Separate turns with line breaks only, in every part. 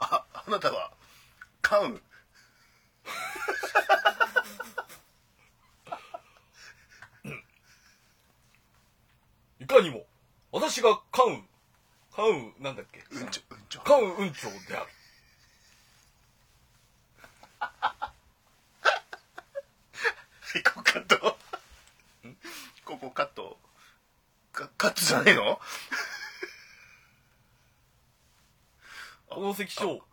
あなたは関羽
いかにも私が関羽関羽なんだっけ
うんちょうんちょ
関羽雲長である
はいここカット ここカットカカットじゃないの
宝石書を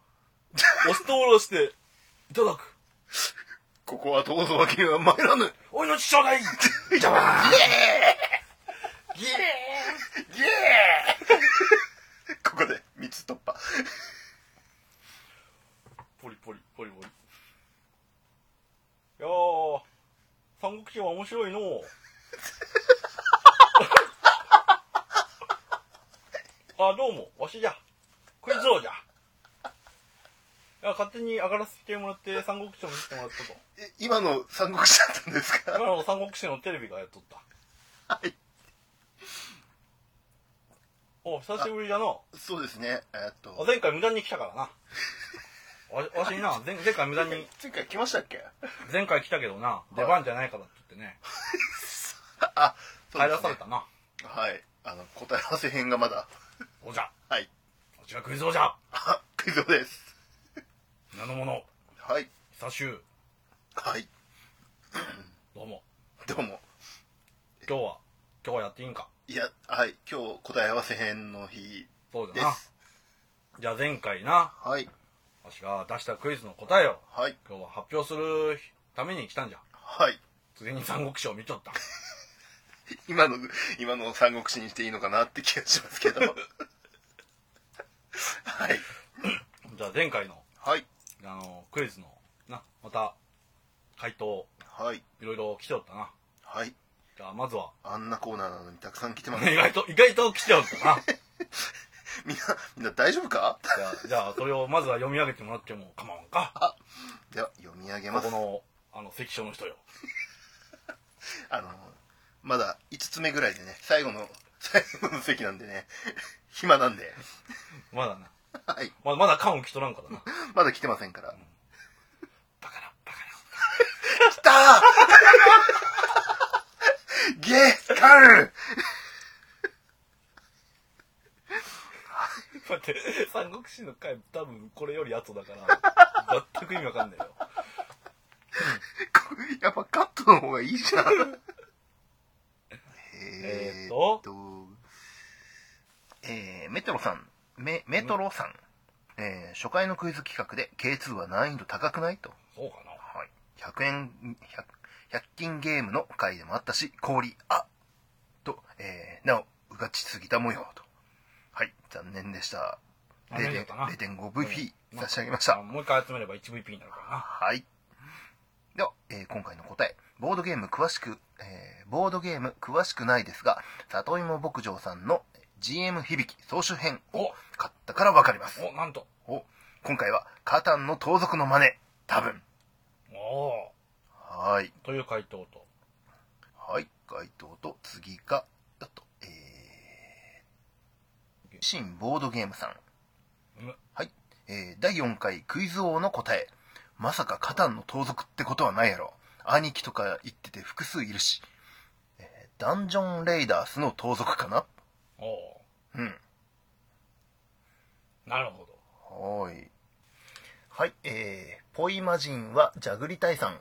押し通らしていただく
ここはどうぞわけには参らぬ
お命頂戴
いたわ
ギ
イエー ここで3つ突破
ポリポリポリポリいやー三国志は面白いのう あどうもわしじゃクイズ王じゃいや勝手に上がらせてもらって三国志を見せてもらったと
え今の三国志だったんですか
今の三国志のテレビがやっとった
はい
お久しぶりだなあ
そうですねえーっと
前回無駄に来たからなわしわしな前前回無駄に
前回来ましたっけ
前回来たけどな出番じゃないからって言ってね
あそう
帰
で
ら
す
され
ね
たな
はいあの答え合わせ編がまだ
おじゃ
はい
わしがクイズ王じゃ
あクイズ王です
名の者
はい
久しゅう
はい
どうも
どうも
今日は今日はやっていいんか
いやはい今日答え合わせ編の日
そう
で
だな
す
じゃあ前回な
はい
わしが出したクイズの答えを
はい
今日は発表するために来たんじゃ
はい
ついに三国志を見とった
今の今の三国志にしていいのかなって気がします けどはい
じゃあ前回の
はい
あのクイズのなまた回答
はい
いろいろ来ておったな
はい
じゃあまずは
あんなコーナーなのにたくさん来てます
意外と意外と来ておったなじ
みんなみんな大丈夫か
ゃあじゃあそれをまずは読み上げてもらっても構わんか
では読み上げ
こ
ます
このあの関所の人よ
あのまだ5つ目ぐらいでね最後の最後の席なんでね暇なんで
まだな
はい
まだまだ缶を着とらんからな
まだ来てませんから
バカなバカな
来たーゲッカル
待って、三国志の回多分これより後だから、全く意味わかんないよ。
やっぱカットの方がいいじゃん
えーっと
えーメトロさんメメトロさん、えー初回のクイズ企画で K2 は難易度高くないと
そうかな
はい、100円 100, 100均ゲームの回でもあったし氷あと、えーなおうがちすぎた模様とはい残念でした
残念だったな
0.5VP
うん
差し上げました、
もう一回集めれば 1VP になるからな。
はいでは、えー今回の答えボードゲーム詳しく、えーボードゲーム詳しくないですが里芋牧場さんの GM 響き総集編を買ったから分かります
お、なんと。
お今回は「カタンの盗賊の真似」多分
お
はい
ーという回答と。
はい、該当と次が、あと、えー、新ボードゲームさん。
うん
はい、えー、第4回クイズ王の答え。まさかカタンの盗賊ってことはないやろ。兄貴とか言ってて複数いるし。えーダンジョンレイダースの盗賊かな
お
うん。
ーなるほど。
はーい。はい、えー、ポイマジンはジャグリタイさん。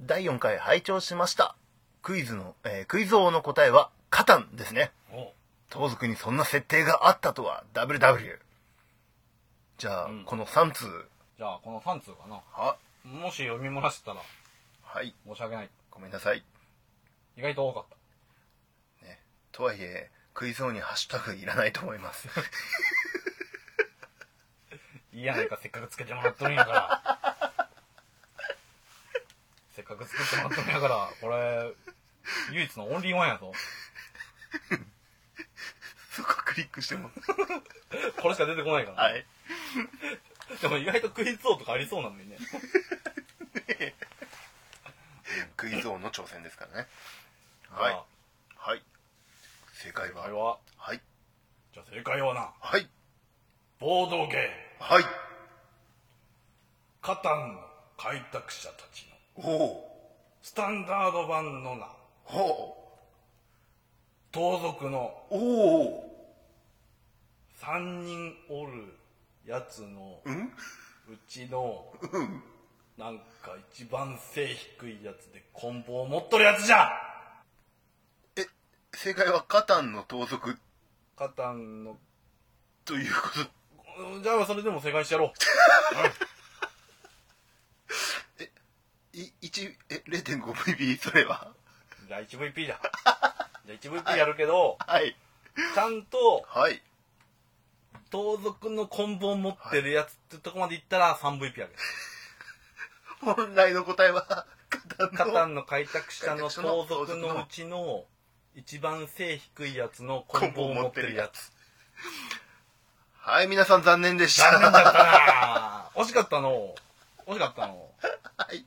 第4回拝聴しました。クイズの、えークイズ王の答えはカタンですね。
お
盗賊にそんな設定があったとは WW じゃあ、
うん
この3通
じゃあ、この3通かな。
は
もし読み漏らせたら
はい
申し訳ない。
ごめんなさい
意外と多かっ
とはいえクイズ王にハッシュタグいらないと思います
た。いいやないか、せっかくつけてもらっとるんやから。 せっかく作ってもらっとるんやから、これ、唯一のオンリーワンやぞ。
そこクリックしても
これしか出てこないから。
はい
でも意外とクイズ王とかありそうなのにね。
クイズ王の挑戦ですからねはい
あ
はい正解
あれ
は
は、
はい
じゃあ正解はな、
はい
ボードゲーム。
はい
カタンの開拓者たちの
ほ
スタンダード版の名
うほ
盗賊の
うおお
3人おるやつの
ん
うちのなんか一番背低いやつで棍棒を持っとるやつじゃ
え正解はカタンの盗賊
カタンの
ということ
うんじゃあそれでも正解してやろう
い1え 0.5VB それは
じゃあ 1VP だじゃあ 1VP やるけど
はい
ちゃんと
はい
盗賊の棍棒を持ってるやつってとこまで行ったら 3VP やる
本来の答えはカタン
カ
の
タンの開拓者 の盗賊のうちの一番背低いやつの棍棒を持ってるやつ
はい皆さん残念でした
残念だったな惜しかったの惜しかったの
はい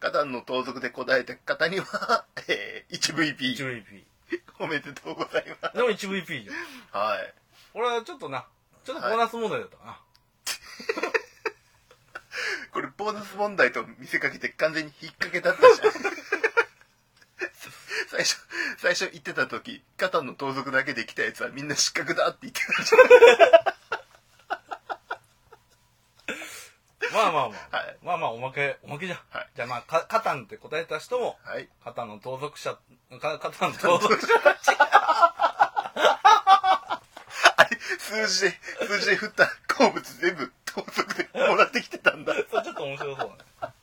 カタンの盗賊で答えた方には、 えー、1VP
1VP
おめでとうございま
でも 1VP じゃん
すはい
俺はちょっとなちょっとボーナス問題だったな、
これボーナス問題と見せかけて完全に引っ掛けだったじゃん 最初最初言ってた時カタンの盗賊だけで来たやつはみんな失格だって言ってた じ
まあまあまあ、
はい
まあまあおまけおまけじゃん、
はい
じゃあまあかカタンって答えた人も
ゃんはい
カタンの盗賊者かカタンの盗賊者
あれ数字で数字で振った好物全部盗賊でもらってきてたんだ
それちょっと面白そうだね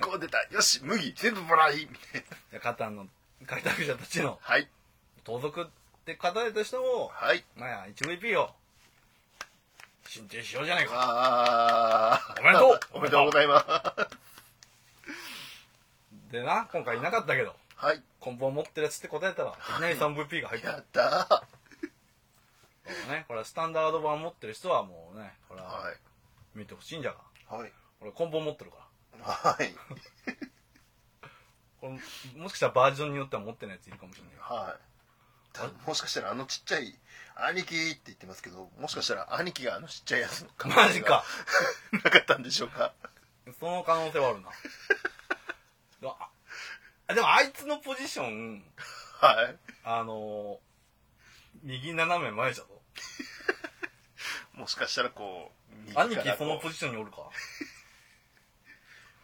5出たよし麦全部もらいみたいな
じゃあカタンの開拓者たちの
はい
盗賊って答えた人も
はい
まあ 1VP を進呈しようじゃないか
あー
おめでとう
おめでとうございます
でな今回いなかったけど
はい
根本持ってるやつって答えたらいきなり 3VP が入った
やった
そうね、これはスタンダード版持ってる人はもうね、これ
ー
は見てほしいんじゃが。
はい
これ根本持ってるから。
はい
これもしかしたらバージョンによっては持ってないやついるかもしれないよ。
はい。たもしかしたらあのちっちゃい、兄貴って言ってますけど、もしかしたら兄貴があのちっちゃいやつの可能性が
マジか
なかったんでしょうか。
その可能性はあるな。でもあでもあいつのポジション、
はい。
あのー右斜め前じゃぞ。
もしかしたらこう、右からこ
兄
う
貴そのポジションにおるか。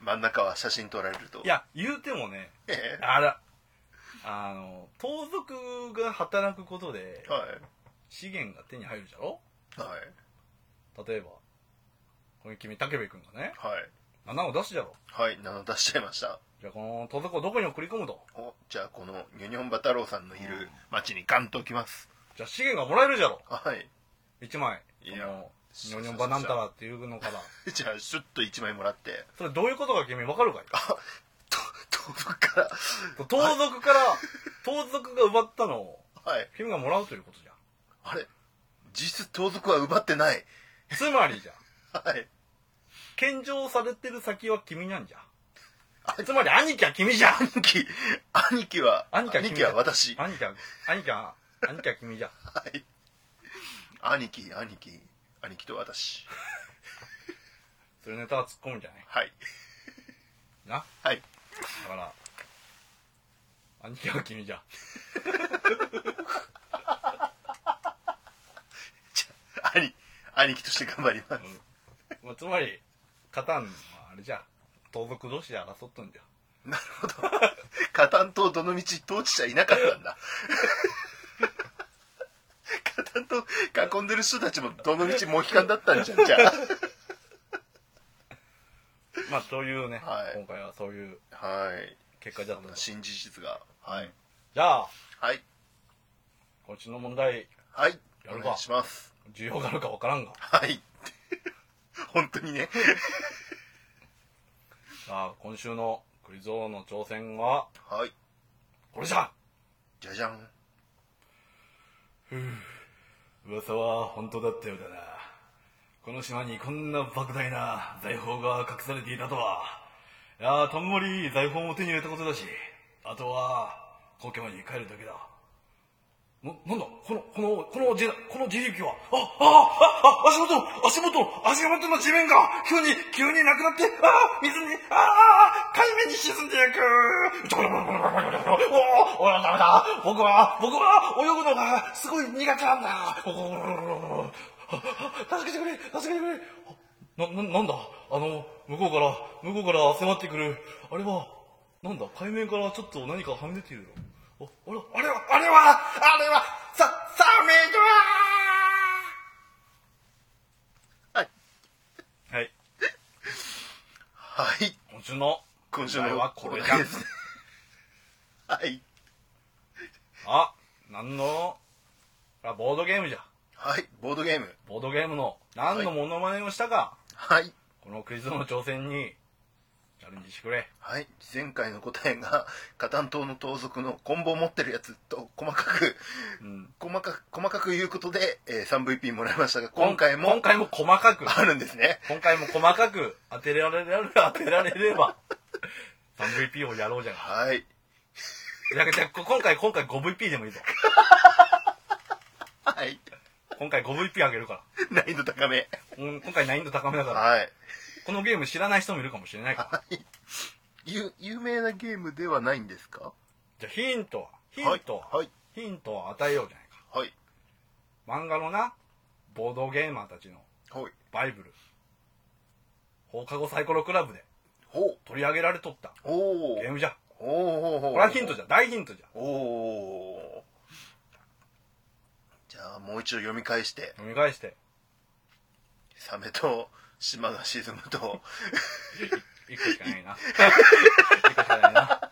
真ん中は写真撮られると。
いや、言うてもね、
ええ、
あら、あの、盗賊が働くことで
はい。
資源が手に入るじゃろ
はい。
例えば、これ君、武部君がね、
はい。
穴を出すじゃろ
はい。名の出しちゃいました。
じゃあこの盗賊をどこに送り込むと
お、じゃあこのニョニョンバ太郎さんのいうる
ん
町にガンと置きます。
じゃあ資源がもらえるじゃろ
はい。
一枚
いや
そのニョニョバなんたらっていうのから
じゃあ、シュッと一枚もらって。
それどういうことか君分かるかい
あ、と、 遠くから。
盗賊から盗賊が奪ったのを
はい。
君がもらうということじゃん
あれ実質盗賊は奪ってない。
つまりじゃん
はい。
献上されてる先は君なんじゃ
あ
つまり兄貴は君じゃ
兄貴、兄貴は、
兄貴は君だ
私。は
兄貴は兄貴は兄貴は君じゃ
い。兄貴、兄貴、兄貴と私。
それネタは突っ込むんじゃない
はい。
な
はい。
だから兄貴は君じゃ
じゃあ兄、兄貴として頑張ります。
まあ、つまり、カタンはあれじゃ、盗賊同士で争っとんじゃ。
なるほど。カタン島どの道通ちちゃいなかったんだ。カタン島囲んでる人たちもどの道モヒカンだったんじゃん、じゃ
まあ、そういうね、
はい
今回はそういう
あ。はい。
結果じゃったと
新事実が。はい。
じゃあ、
はい。
こっちの問題、
はい。
やる
お
か
願いします。
需要があるかわからんが。
はい。本当にね。
じゃあ、今週のクイズ王の挑戦は、
はい。
これじゃ
じゃじゃん。
噂は本当だったようだな。この島にこんな莫大な財宝が隠されていたとは。いやー、とんもりいい財宝も手に入れたことだし、あとは、故郷に帰るだけだ。な、なんだこの、この、この地、この地力は、あ、あ、あ、あ、足元、足元、足元の地面が、急に、急になくなって、あ、水に、あ、海面に沈んでいく。ちょころころころころころおお、おら、ダメだ。僕は、僕は、泳ぐのが、すごい苦手なんだ。おおおおおお助けてくれ、助けてくれ。な、な、なんだあの、向こうから、向こうから迫ってくる、あれは、なんだ海面からちょっと何かはみ出ているのあ、あら、あれは、あれは、あれは、さ、サメだ
はい。
はい。
はい。
今週の、
今週の
お題はこれだ。
ですね。はい。
あ、なんの、あ、ボードゲームじゃ。
はい。ボードゲーム。
ボードゲームの何のモノマネをしたか、
はい。
このクイズの挑戦に、チャレンジしてくれ。
はい。前回の答えが、 カタン島の盗賊のコンボを持ってるやつと、細かく、
うん。
細かく、細かく言うことで、えー 3VP もらいましたが、今回も、
今回も細かく。
あるんですね。
今回も細かく当てられれば、当てられれば、3VP をやろうじゃん。
はい。
じゃあ、じゃあこ今回、今回 5VP でもいいぞ。
はい。
今回 5VP あげるか
難易度高め。
ら。うん今回難易度高めだから。
はい。
このゲーム知らない人もいるかもしれないから。
はい。有、有名なゲームではないんですか
じゃあ、ヒントは、ヒントは、
はい。
ヒントを与えようじゃないか。
はい。
漫画のな、ボードゲーマーたちの
はい。
バイブル、放課後サイコロクラブで
ほう。
取り上げられとった
お
ゲー
ー。
ムじゃ。
おー。
これはヒントじゃ。大ヒントじゃ。
おー。じゃあ、もう一度読み返して、
読み返 して。
サメと島が沈むと、
一個しか ないな。一個しかないな。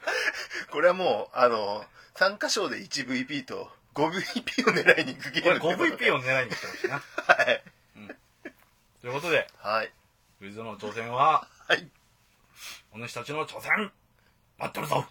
これはもう、あの、3箇所で 1VP と 5VP を狙いに行くゲ
こ
ー
れ
ムということで
5VP を狙いに来てほしいな。
はい。
ということで、
はい。
クイズの挑戦は、
はい。
お主たちの挑戦、待っとるぞ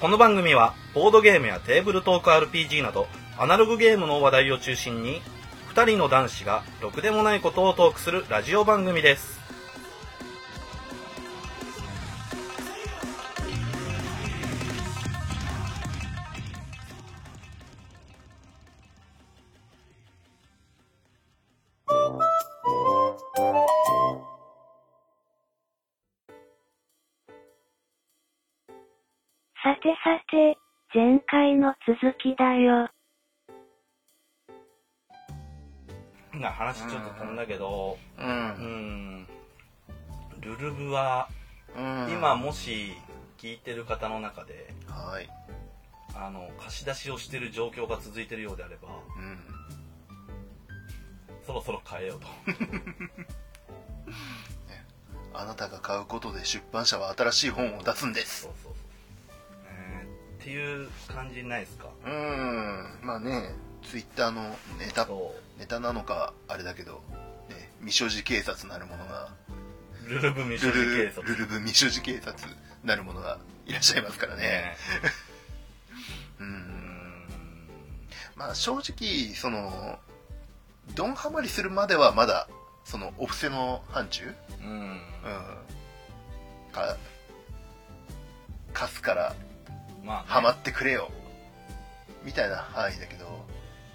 この番組はボードゲームやテーブルトーク RPG などアナログゲームの話題を中心に2人の男子がろくでもないことをトークするラジオ番組です
さてさて、前回の続きだよ。
な話ちょっと飛んだけど
う。
うんんルルブは
うん
今、もし聞いてる方の中で
はい。
あの貸し出しをしてる状況が続いてるようであれば
うん。
そろそろ変えようと
あなたが買うことで出版社は新しい本を出すんです
そうそうそう、えーっていう感じないですか
うーんまあねツイッターのネタ
そ
ネタなのかあれだけど、ね、未所持警察なるものが
うルルブ未所
ル
持
ル
警察
ルルブ未所持警察なるものがいらっしゃいますからね
ね
う
うー
ん
ん
まあ正直そのドンハマりするまではまだそのお布施の範疇、
うん
うん、か貸すから
まあ、ね、
ハマってくれよみたいな範囲だけど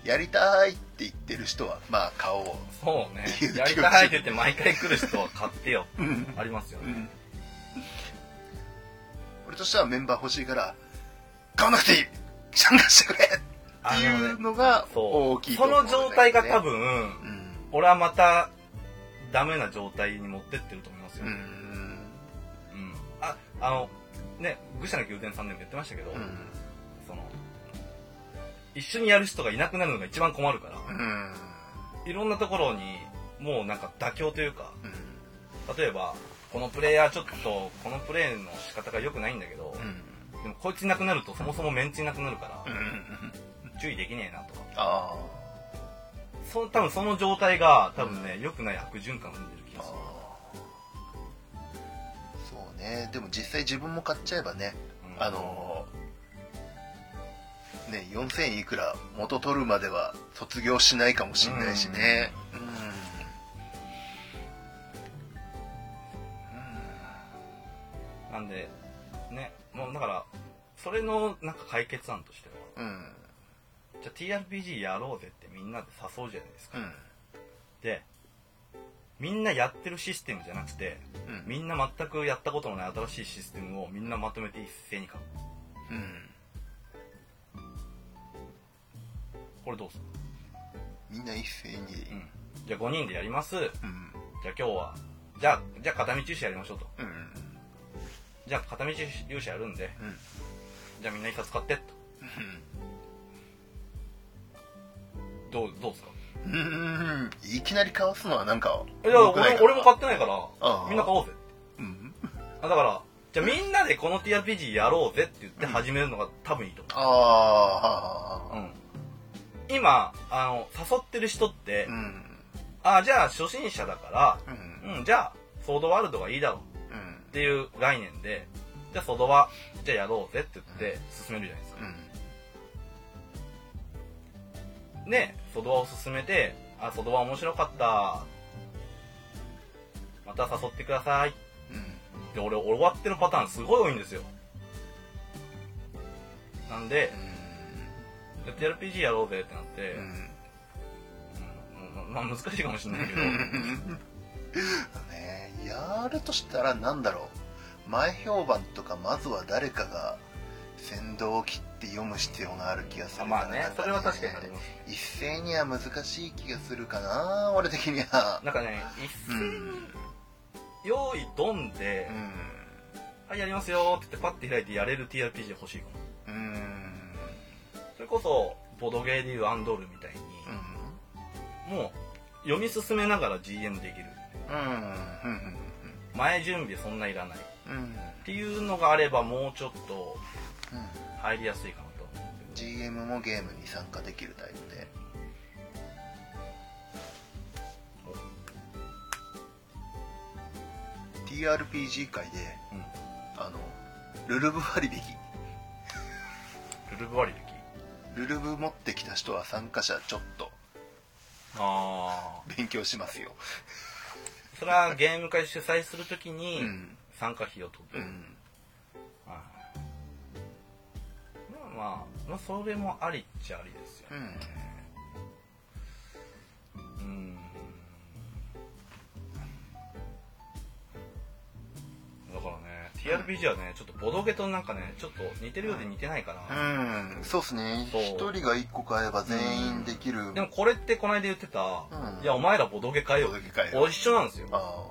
やりたいって言ってる人はまあ買おう
そうね
っていう
やりたいって言って毎回来る人は買って よ
うん
ありますよね
俺としてはメンバー欲しいから買わなくていい参加してくれ
あの
っていう
ね
のが
そ
大き
う
い
その状態が多
分
分、
うん
俺はまたダメな状態に持ってってると思いますよ、
う
うん
ん
ああのね愚者の宮殿さんでも言ってましたけど、
うん
その一緒にやる人がいなくなるのが一番困るから、
うん
いろんなところにもうなんか妥協というか
うん
例えばこのプレイヤーちょっとこのプレイの仕方が良くないんだけど、でもこいついなくなるとそもそもメンツいなくなるか
う
ら、
ん
注意できねえなとか
あ
そう多分その状態が多分ね良くない悪循環を生んでる気
あ
がする
そうねでも実際自分も買っちゃえばね
うん
あのーね、4000いくら元取るまでは卒業しないかもしれないしね。うん。うん
なんでねもうだからそれのなんか解決案としては
うん。
じゃあ TRPG やろうぜってみんなで誘うじゃないですか、
うん。
でみんなやってるシステムじゃなくて
うん。
みんな全くやったことのない新しいシステムをみんなまとめて一斉に買う
うん。
これどうする
みんな一斉に。
うんじゃあ5人でやりますじゃあ
う
今
ん。
日はじゃあじゃあ片道融資やりましょうと
うん。
じゃあ片道融資やるんで
うん。
じゃあみんな一冊買ってとどうどうですか
うん。いきなり買わすのはなんか。
えだから
多くない
俺も
かな
俺も買ってないから
ああ
みんな買おうぜ
うん。
あだからじゃあみんなでこの TRPG やろうぜって言って始めるのが多分いいと思う
ああ。
うん、今あの誘ってる人って、
うん。
あじゃあ初心者だか
う
ら、
ん。
うん、じゃあソードワールドがいいだろう
うん
っ。ていう概念でじゃあソードはじゃあやろうぜって言って進めるじゃないですか、
うん。
でソドワを進めて「あソドワ面白かったまた誘ってください」
うん。
で俺終わってるパターンすごい多いんですよなんで「で TRPG やろうぜ」ってなって、う
う
ん
ん。
ままあ難しいかもしれないけど
ねやるとしたらなんだろう前評判とかまずは誰かが先導を切って読む必要がある気がす
あ
る
まあね
なん
それは確かにあります
一斉には難しい気がするかな俺的には
なんかね一
う
斉に
ん
用意ドンで
う、ん
はいやりますよって言ってパッて開いてやれる TRPG 欲しいかも
うん
それこそボドゲーディーアンドールみたいに、
うん
もう読み進めながら GM できる
うん
前準備そんないらないっ
うんうん
ていうのがあればもうちょっと
うん
入りやすいかなと
GM もゲームに参加できるタイプで
お
TRPG 界で
うん
あのルルブ割引
ルルブ割引
ルルブ持ってきた人は参加者ちょっと
ああ
勉強しますよ
それはゲーム会主催するときに
うん
参加費を取って
う
る、
ん
はいまあまあ、まあ、それもありっちゃありですよ
う
ねう
ん
んだからね TRPG はねちょっとボドゲとなんかねちょっと似てるようで似てないかな、
うんそうっすね
そう
一人が一個買えば全員できる
でもこれってこの間言ってた、
うん
いやお前らボドゲ買えよ
ボドゲ買えよ
お一緒なんですよ、
あ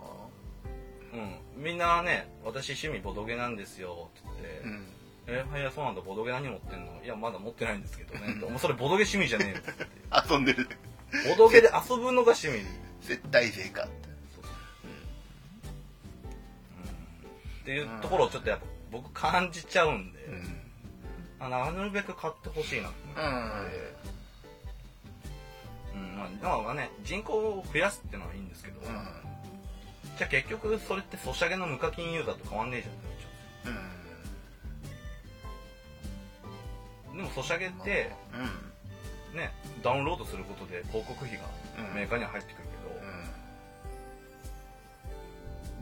うん、みんなね私趣味ボドゲなんですよって
あう
言って、
ん
えーいやそうなんだボドゲ何持ってんのいやまだ持ってないんですけどねってお前それボドゲ趣味じゃねえよって
遊んでる
ボドゲで遊ぶのが趣味
絶対税かって
そうっていうところをちょっとやっぱ僕感じちゃうんで、
うん
あのなるべく買ってほしいなって思って、うんまあ、なんかね人口を増やすってのはいいんですけど、
うん
じゃあ結局それってソシャゲの無課金ユーザーと変わんねえじゃんって思っちゃ
う
うでもソシャゲって
んうん
ねダウンロードすることで広告費がメーカーには入ってくるけ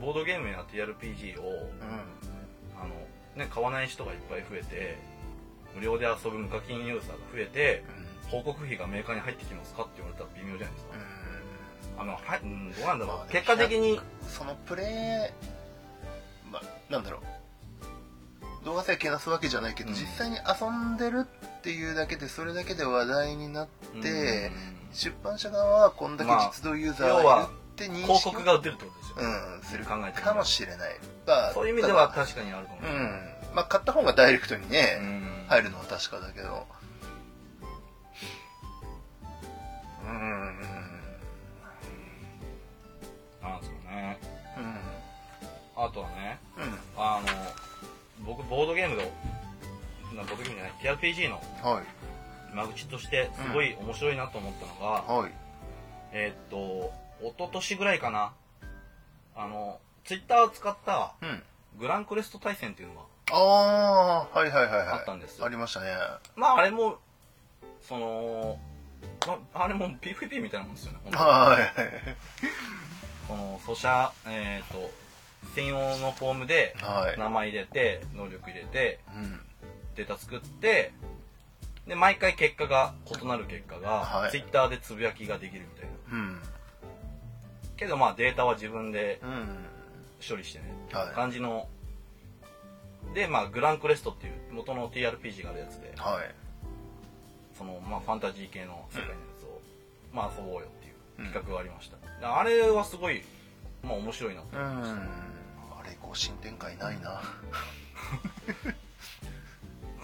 ど、ボードゲームや TRPG をあの、ね、買わない人がいっぱい増えて無料で遊ぶ無課金ユーザーが増えて報告費がメーカーに入ってきますかって言われたら微妙じゃないですか、あのはい、うん、どうなんだろう、
まあね
結果的に
そのプレイまあなんだろう動画性けなすわけじゃないけど、
うん
実際に遊んでるっていうだけでそれだけで話題になって、出版社側はこんだけ実動ユーザーがいるって
うん
認
広
識
告が出るってことですよ、
うんする
考えてみれば
かもしれないまあ
そういう意味では
ただ
確かにあると思う、
うんまあ買った方がダイレクトにね、
うん
入るのは確かだけどうーん
なんですよね
うん
あとはね
うん
あの僕ボードゲームのなボードゲームじゃない TRPG の
はい
間口としてすごい面白いなと思ったのが、
はい
えーっと一昨年ぐらいかなあのツイッターを使った
うん
グランクレスト対戦っていうのが
ああはいはいはいはい
あったんですよ
ありましたね
まああれもその、まあれも PVP みたいなもんですよね本当に
はい。
このソシャえっ、と専用のフォームで
はい。
名前入れて能力入れて
うん。
データ作ってで毎回結果が異なる結果が、
はい
Twitter でつぶやきができるみたいな
うん。
けどまあデータは自分で
うん。
処理してね、
は
感じのでまあグランクレストっていう元の TRPG があるやつで
い。はい。
そのまあファンタジー系の世界のやつを、まあ遊ぼうよっていう企画がありました、であれはすごいまあ面白いなと
うん。あれ、こう、新展開ないな。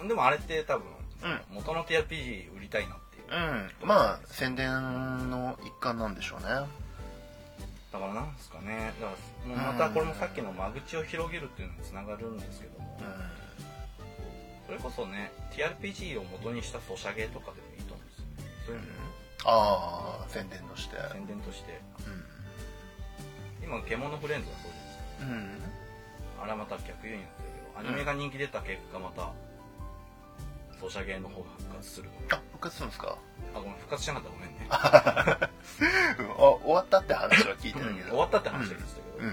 でもあれって多分、
うん
元の TRPG 売りたいなっていう
うん。まあ、宣伝の一環なんでしょうね。
だからなんですかねだから
うん
もうまたこれもさっきの間口を広げるっていうのにつながるんですけども、
う
それこそね TRPG を元にしたソシャゲとかでもいいと思うんですよねそうい
ん
うの。
ああ、宣伝として。
宣伝として
う
今「獣フレンズ」がそうじゃないです
ん。うん。
かあれはまた逆輸入になってるけどアニメが人気出た結果またソシャゲの方が復活する
あ、復活するんですか
あごめん復活しなかったらごめんね、
うんあ、終わったって話は聞いて
う
る
ん
けど。
終わったって話でしたけど、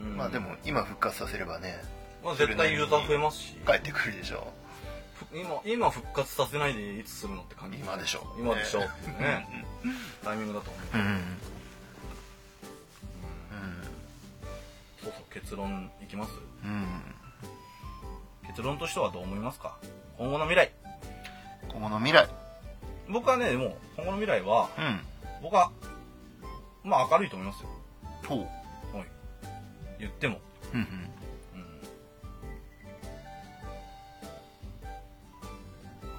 うん。
うん
まあでも、今復活させればね、
まあ絶対ユーザー増えますし
帰ってくるでしょ
ふ今今復活させないでいつするのって感じ
今でしょ
今でしょっていうねタイミングだと思う
う。うん。うん。
そうそう結論いきます
うん。
結論としてはどう思いますか今後の未来
今後の未来。
僕はねもう今後の未来は
うん。
僕はまあ明るいと思いますよ
ほう。
はい言っても
うん
うん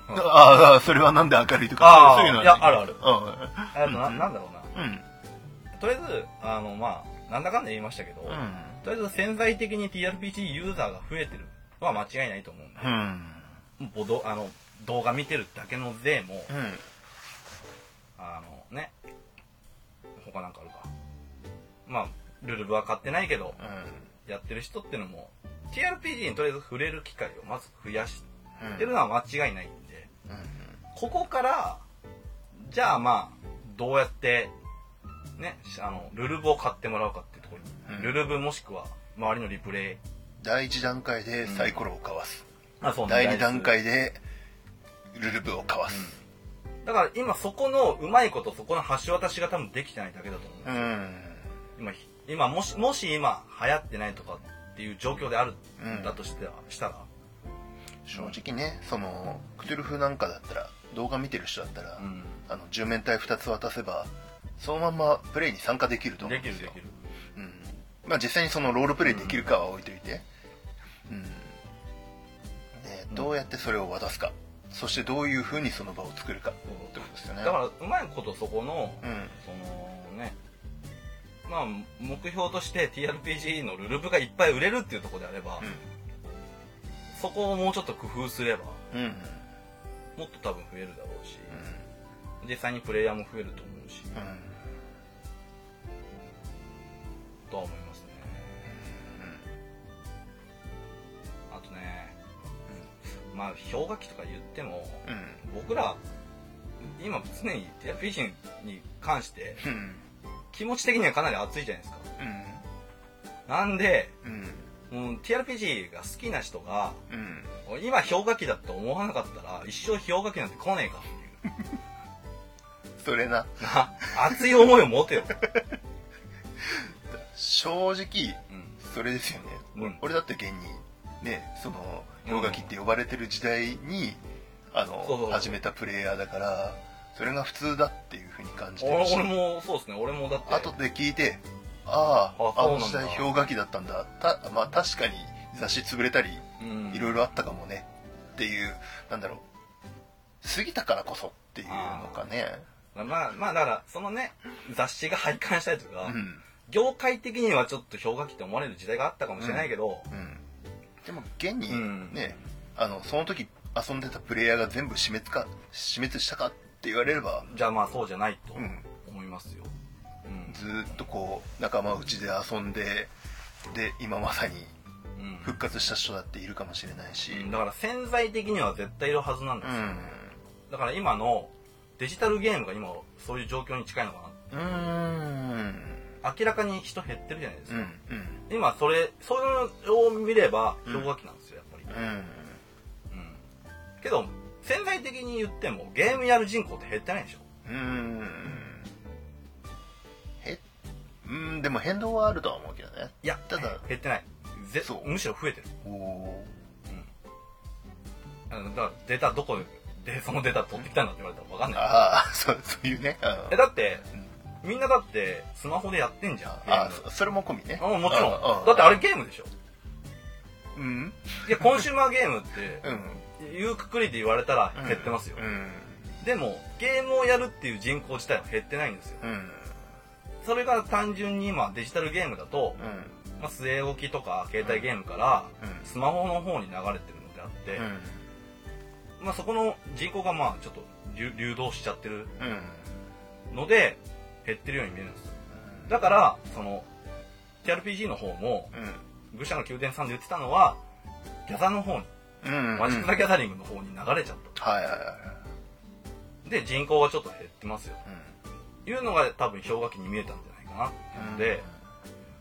うん。ああ、それはなんで明るいとか
あ、
そう
あ
いうのはい
やあるある
あ
あとななんだろうな
うん。うん。
とりあえずあのまあなんだかんだ言いましたけど、
う
とりあえず潜在的に TRPG ユーザーが増えてるのは間違いないと思うんで、
ん。
ぼどあの動画見てるだけの税も、
うん。
あのね他なんかあるかまあルルブは買ってないけどやってる人ってのも TRPG にとりあえず触れる機会をまず増やし
うん。
てるのは間違いないんで
うん。
ここからじゃあまあどうやってねあのルルブを買ってもらうかっていうところに、
うん
ルルブもしくは周りのリプレイ
第一段階でサイコロをかわす。
あそうね
第二段階でルルブをかわす。
だから今そこのうまいことそこの橋渡しが多分できてないだけだと思う、
うん。
今ひ今もしもし今流行ってないとかっていう状況である、
うん
だとしてはしたら、
正直ね、その、クトゥルフなんかだったら、動画見てる人だったら、
うん
あの、10面体2つ渡せば、そのまんまプレイに参加できると思う
で
ん
き
で
るで
すよ。
きる
うんまあ実際にそのロールプレイできるかは置いといて、うんえー
うん
どうやってそれを渡すかそしてどういうふうにその場を作るかってことですよね
だからうまいことそこの、
うん
そのねまあ目標として TRPG のルルブがいっぱい売れるっていうところであれば、そこをもうちょっと工夫すれば
うんうん
もっと多分増えるだろうし、実際にプレイヤーも増えると思うし、
うん
とは思いますね、あとね、まあ氷河期とか言っても
うん
僕ら今常に TRPG に関して
うん
気持ち的にはかなり熱いじゃないですかなんで、
うん
うん、TRPG が好きな人が
うん
今氷河期だって思わなかったら一生氷河期なんて来ねえかっていう
それな
な熱い思いを持てよ、
正
う
直
ん
それですよね、
うん
俺俺だって現にねその氷河期って呼ばれてる時代に、あの
そうそうそう
始めたプレイヤーだからそれが普通だっていうふうに感じてる
俺
し
俺もそうですね俺もだって
後で聞いてああ
あ
あ
そうな
の
んだ
時代氷河期だったんだたまあ確かに雑誌潰れたり
うん
いろいろあったかもねっていうなんだろう過ぎたからこそっていうのかね
まあまあだからそのね雑誌が廃刊したりとか、
うん
業界的にはちょっと氷河期って思われる時代があったかもしれないけど、
うんでも現に
うん
ね、あのその時遊んでたプレイヤーが全部死滅か死滅したかって言われれば
じゃあまあそうじゃないと
うん
思いますよ、うん
ずーっとこう仲間内で遊んでで今まさに
うん
復活した人だっているかもしれないし、
うんだから潜在的には絶対いるはずなんですよね、
うん
だから今のデジタルゲームが今そういう状況に近いのか
うーん
な明らかに人減ってるじゃないです
う
か、
んうん
今それそういうのを見れば
うん
氷河期なんですよやっぱり、
うん
うんけど潜在的に言ってもゲームやる人口って減ってないでしょ
うーんへうんでも変動はあるとは思うけどね
いや
ただ
減ってないぜ
そう
むしろ増えてる
おお
あのだからデータどこでそのデータ取ってきたんだって言われたら分かんない
ああそうそういうねあ
えだってみんなだってスマホでやってんじゃん
あそそれも込みね
ゲームあもちろん
ああ
だってあれゲームでしょ
うん
いやコンシューマーゲームっ
うん
ていうくくりで言われたら減ってますよ、
うん
でもゲームをやるっていう人口自体は減ってないんですよ
うん
それが単純に今デジタルゲームだと
う、ん
まあ、据え置きとか携帯ゲームから
うん
スマホの方に流れてるのであって、
うん
まあ、そこの人口がまあちょっと流流動しちゃってる
うん
ので減ってるように見えるんですよだからその TRPG の方も愚者の宮殿さんで言ってたのはギャザの方に
うんうん
マジック・ザ・ギャザリングの方に流れちゃっ
はいはいはい
たで人口がちょっと減ってますよ
うん
いうのが多分氷河期に見えたんじゃないかなので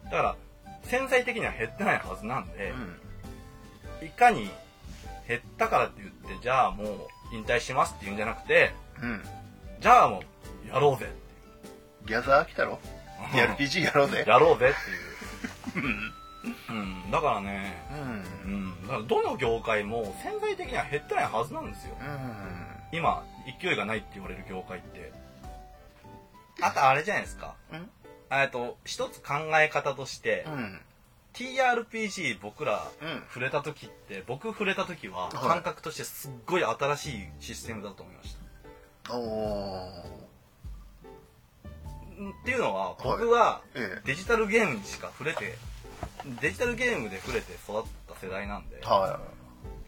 だから潜在的には減ってないはずなんで
うん
いかに減ったからって言ってじゃあもう引退しますって言うんじゃなくて
うん
じゃあもうやろうぜ
ギャザー飽きたろ ?RPG やろうぜ。
やろうぜ っていううんだからね
うん。うん。
うん、だからどの業界も潜在的には減ってないはずなんですよ今勢いがないって言われる業界ってあとあれじゃないですか
うん
えっと一つ考え方として、
うん。
TRPG 僕ら
うん
触れた時って僕触れた時はい感覚としてすっごい新しいシステムだと思いました、
おー。
んっていうのは僕は
え
デジタルゲームにしか触れてデジタルゲームで触れて育った世代なんで
え。は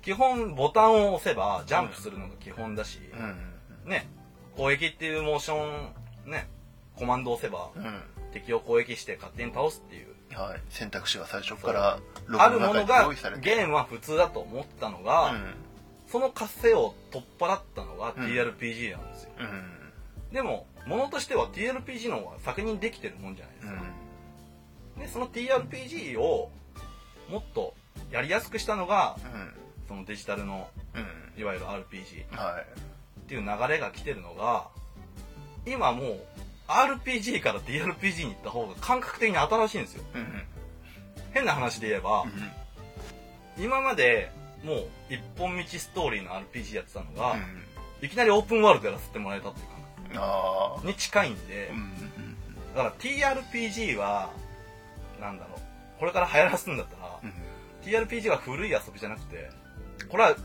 基本ボタンを押せばジャンプするのが基本だし、
い。うん。
ね、攻撃っていうモーション、ね、コマンドを押せば、
うん。
敵を攻撃して勝手に倒すっていう、
はい。選択肢は最初から、ロ
あるものが
用意され、て
ゲームは普通だと思ってたのが、その活性を取っ払ったのが
うん
TRPG なんですよ。
うん。うん。
でも、ものとしては TRPG の方が先にできてるもんじゃないで
う
す
ん
か。。で、その TRPG を、もっとやりやすくしたのが、そのデジタルの、
うん。
いわゆる RPG っ
うん。はい。
ていう流れが来てるのが、今もう、RPG から DRPG に行った方が感覚的に新しいんですよ。
うん。
変な話で言えば、今までもう一本道ストーリーの RPG やってたのが、いきなりオープンワールドやらせてもらえたっていう感
うん。あ
じに近いんで
ー。う、ん。
だから TRPG はなんだろうこれから流行らすんだったら、
うん
TRPG は古い遊びじゃなくてこれは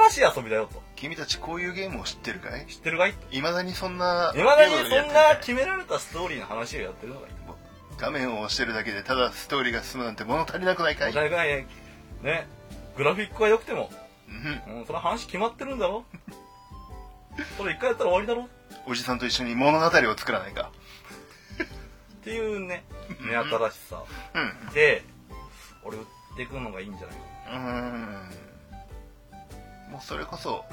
新しい遊びだよと
君たちこういうゲームを知ってるかい
知ってるがいって
いまだにそんな。
いまだにそ
ゲー
ん
ムをや
な
ってる
決められたストーリーの話をやってるのがいい
画面を押してるだけで、ただストーリーが進むなんて物足りなくないか
お
い
互いねねグラフィックが良くても、
うん。
うん、その話決まってるんだろそれ一回やったら終わりだろ
おじさんと一緒に物語を作らないか。
っていうね目新しさ
うん。
で俺売っていくのがいいんじゃないかな
うーんもうそれこそ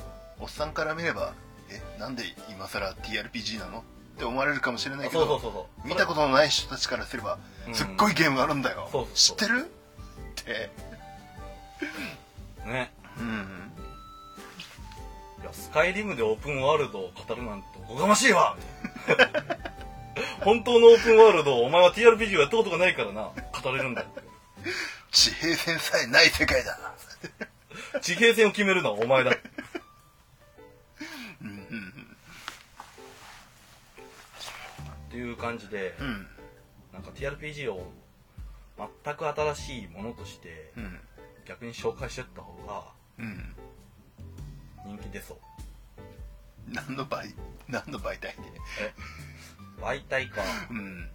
おっさんから見ればえなんで今更 TRPG なのって思われるかもしれないけ
そ
ど
うそうそうそう
見たことのない人たちからすれば
うん
すっごいゲームがあるんだよ、
そうそう
知
そう
ってるって
とね
うん
いやスカイリムでオープンワールドを語るなんておこがましいわ本当のオープンワールドをお前は TRPG をやったことがないからな語れるんだ
地平線さえない世界だ
地平線を決めるのはお前だっていう感じで
うん
なんか TRPG を全く新しいものとして
うん
逆に紹介してった方が
うん
人気出そう
何の媒何の媒体で
え媒体か
うん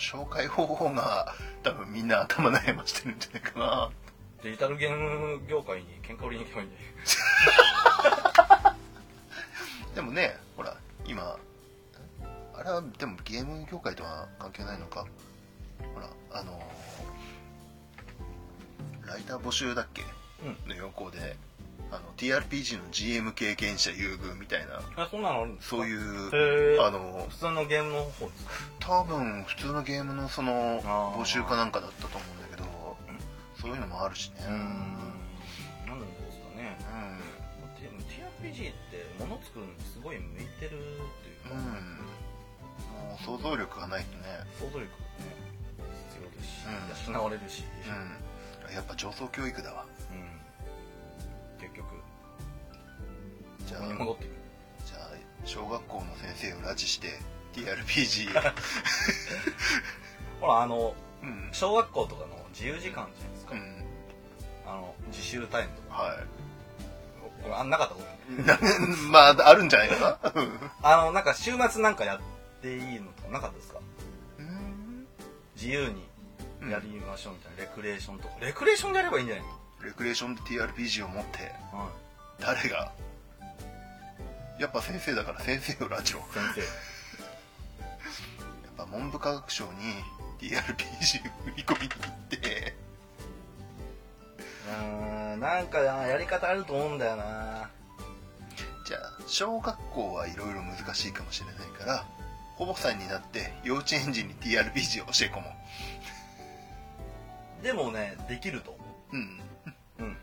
その紹介方法が多分みんな頭悩ましてるんじゃないかな
デジタルゲーム業界に喧嘩売りに行けばいいんで
でもねほら今あれはでもゲーム業界とは関係ないのかほらあのーライター募集だっけ
うん
の要項でああの TRPG の GM 経験者優遇みたいな
あそんなのあるんですか
そう
う
い
へ
う
ー
あの
普通のゲームの方ですか
多分普通のゲームのその
あー
募集かなんかだったと思うんだけどそういうのもあるしね
うーんなんですかね
う
T- TRPG って物作るのにすごい向いてるっていうか、
んうんもう想像力がないとね
想像力がね必要ですし、
うん
養われるし、
うんやっぱ上層教育だわ
うん結局
じゃ
こ
あ
こに戻ってくる
じゃあ小学校の先生を拉致して TRPG へ
ほらあの
うん
小学校とかの自由時間じゃないですか、
うん
あの自習タイムとか
は
これあんなかったことない
いな まああるんじゃないかな
あのなんか週末なんかやっていいのとかなかったですか
うん
自由にやりましょうみたいな、レクレーションとかレクレーションでやればいいんじゃないの、
レクレーションで TRPG を持って
はい
誰がやっぱ先生だから先生をラジオやっ
先
ぱ文部科学省に TRPG 振り込みに行って
生うーんなんかなやり方あると思うんだよな
じゃあ小学校はいろいろ難しいかもしれないからほぼさんになって幼稚園児に TRPG を教え込も
でもねできると思
ううん
ううん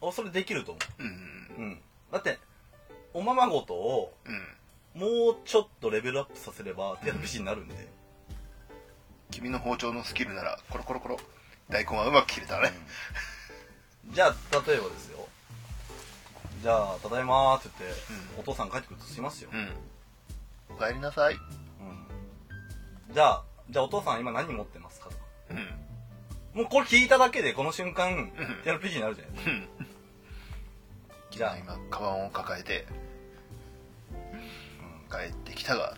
おそれできると思
うん
ううんだっておままごとを
うん
もうちょっとレベルアップさせれば TRPG になるんで、
君の包丁のスキルならコロコロコロ大根はうまく切れたね、
じゃあ例えばですよじゃあ「ただいま」って言って、お父さん帰ってくるとしますよ、
うんおかえりなさい
じゃあじゃあお父さん今何持ってますかとか
うん
もうこれ聞いただけでこの瞬間
ん
TRPG になるじゃないですか
うん
じゃあ
今カバンを抱えて、帰ってきたが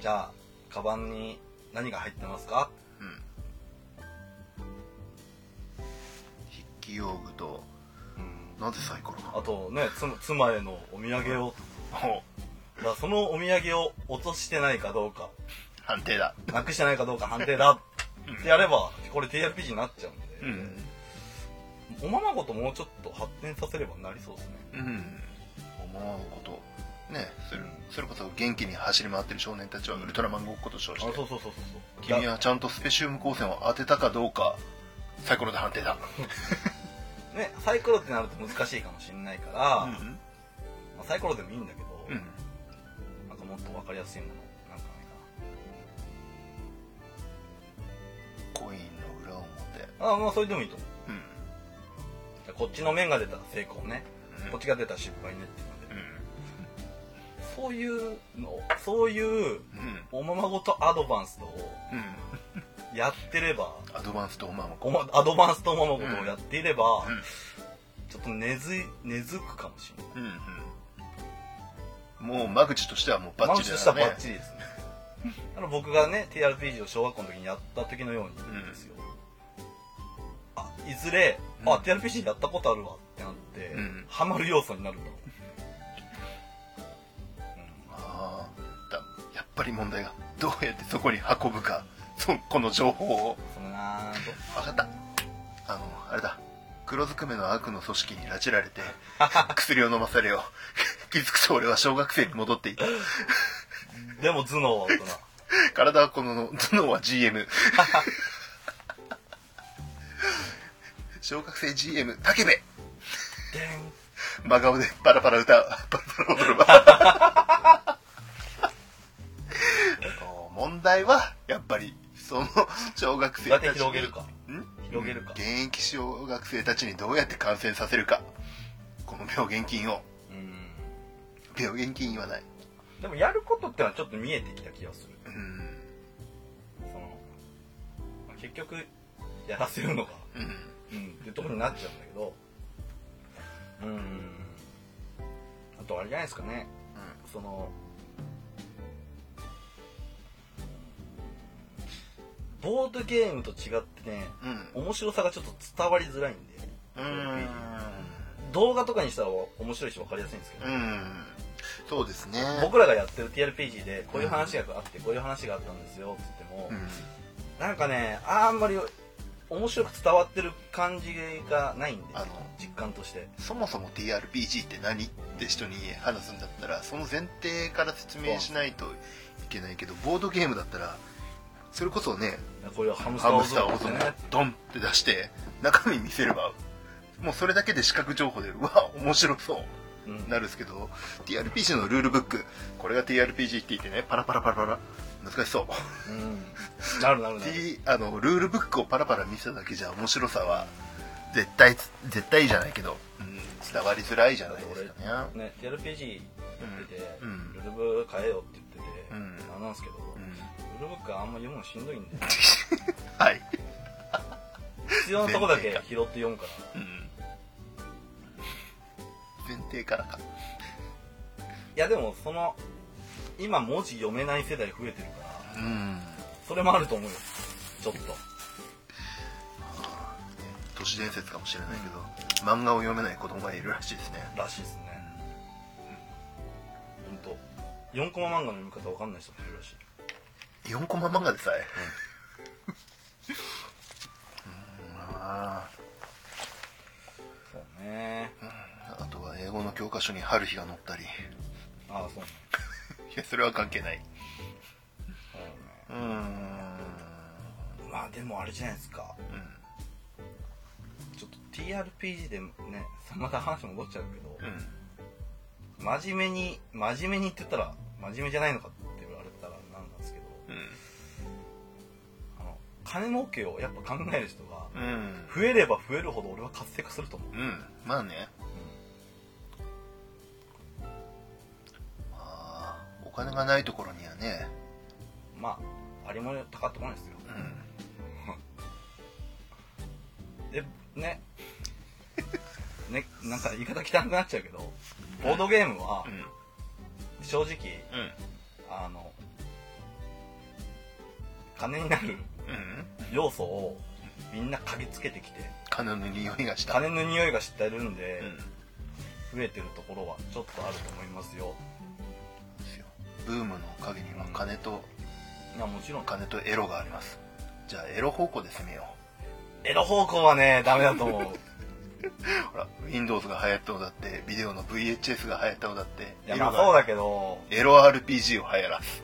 じゃあカバンに何が入ってますか
うん筆記用具と
うん
なぜサイコロなの
あとねつ妻へのお土産を
お
だからそのお土産を落としてないかどうか
判定だ
なくしてないかどうか判定だってやればこれ TRPG になっちゃうんで、おままごともうちょっと発展させればなりそうですね
うん思うことねそれそれこそ元気に走り回ってる少年たちはウルトラマンごっこと称
あ
し
そう
て
そうそうそうそう
君はちゃんとスペシウム光線を当てたかどうかサイコロで判定だ
だねサイコロってなると難しいかもしれないから、ま
ん
あ、サイコロでもいいんだけど、
うん
なんかもっと分かりやすいものなんかない
コインの裏表
かなあまあそれでもいいと思う
うん
じゃあこっちの面が出たら成功ね、
うん
こっちが出たら失敗ねっていうので、
う
そういうのそういうんおままごとアドバンスを
うんうん
やってれば
アドバンスとおままご
おまアドバンスとおままごとをやっていれば、
うん
ちょっと根付い根付くかもしれない
うんうんもう間口としてはもうバッチリ
マウス
だ
下
ね
バッチリですねあの僕がね TRPG を小学校の時にやった時のようにですよ、あいずれ、あ
うん
TRPG やったことあるわってなって、
うん
ハマる要素にな るんだろう、
あーだやっぱり問題がどうやってそこに運ぶかそこの情報を
うん、そのなーと
分かったあのあれだ黒ずくめの悪の組織に拉致られ て薬を飲まされよう気づくと俺は小学生に戻っていた
でも頭脳は 大人
体はこの頭脳は GM 小学生 GM 武部
で
真顔でパラパラ歌うパラパラ踊るわこう問題はやっぱりその小学
ん
生
どうや
た
っ
ち
て
に
広げるか
ん
広げるか
現役小学生たちにどうやって感染させるかこの病原菌を
うん
病原菌はない
でもやることってのはちょっと見えてきた気がする
うん
そのまあ結局やらせるのか
うん
うん、っていうところになっちゃうんだけどうんあとあれじゃないですかねそのボードゲームと違ってね
うん
面白さがちょっと伝わりづらいんで
うん
動画とかにしたら面白いし分かりやすいんですけど、
うんそうですね
僕らがやってる TRPG でこういう話があってこういう話があったんですよって言っても、
うん
なんかねあんまり面白く伝わってる感じがないんですよ
あの
実感として
そもそも TRPG って何って人に話すんだったらその前提から説明しないといけないけどボードゲームだったらそれこそね
これはハムスタ
ハ
ー
ム
を
スターをドンって出して中身見せればもうそれだけで視覚情報でうわ面白そう
うん
なるんですけど TRPG のルールブックこれが TRPG って言ってねパラパラパラパラ難しそう
うんなるなるなる
T あのルールブックをパラパラ見せただけじゃ面白さは絶対絶対じゃないけど、うん、伝わりづらいじゃないですかね
ね TRPG やってて、
うん
ルールブ変えようって言ってて、
うん
あれなんですけど、
う
ル
ん
ールブックあんま読むのしんどいんで
はい、
必要なとこだけ拾って読むから
うん、前提からか
いやでもその今文字読めない世代増えてるから
うん
それもあると思うよちょっと
都市伝説かもしれないけど、漫画を読めない子供がいるらしいですね
らしいですね本当4コマ漫画の読み方わかんない人もいるらしい
4コマ漫画でさえ、うん、あ
そうね
ーあとは英語の教科書に春日が載ったりい
ああそうね
やそれは関係ない
そう
うーん
ねまあでもあれじゃないですかちょっと TRPG でねまた話戻っちゃうけど、
うん
真面目に真面目に言ってたら真面目じゃないのかって言われたらなんなんですけど
う
あの金儲けをやっぱ考える人が
んうん
増えれば増えるほど俺は活性化すると思う
うんまあねまあお金がないところにはね
まあありもたかってこないですよ
うん
でねねなんか言い方汚くなっちゃうけどボードゲームは
うん
正直あの金になる
うんうん
要素をみんな嗅ぎつけてきて
金の匂いがした
金の匂いが知ってるん
う
で、
ん
増えてるところはちょっとあると思いますよ
ですよブームの陰には金と
いやもちろん
金とエロがありますじゃあエロ方向で攻めよ
エロ方向はねダメだと思う
うほら Windows が流行ったのだってビデオの VHS が流行ったのだって
いや
エ
ま
ロ
あそう
が
だけど
エロ RPG を流行らす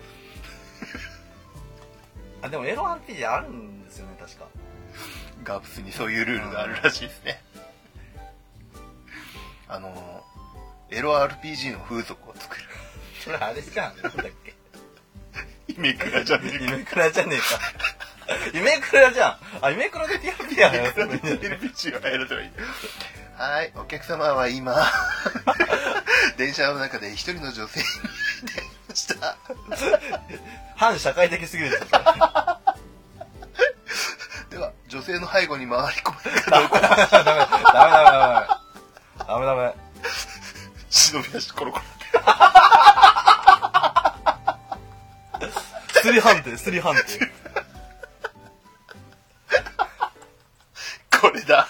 あでもエロ RPG あるんですよね確か
ガブスにそういうルールがあるらしいですねあのエロ RPG の風俗を 作る
それあれじゃんなんだっけ
イメクラじゃねえか
夢クラじゃねえか夢クラじゃんあ夢クラで TRP や
テレビ中はやるといい。はい、お客様は今、電車の中で一人の女性に出会いました。
反社会的すぎるでしょ
では、女性の背後に回り込まれるかどうか、
ダメダメダメダメダメダメ
忍び出しコロコロ。
スリ判定スリ判定
これだ。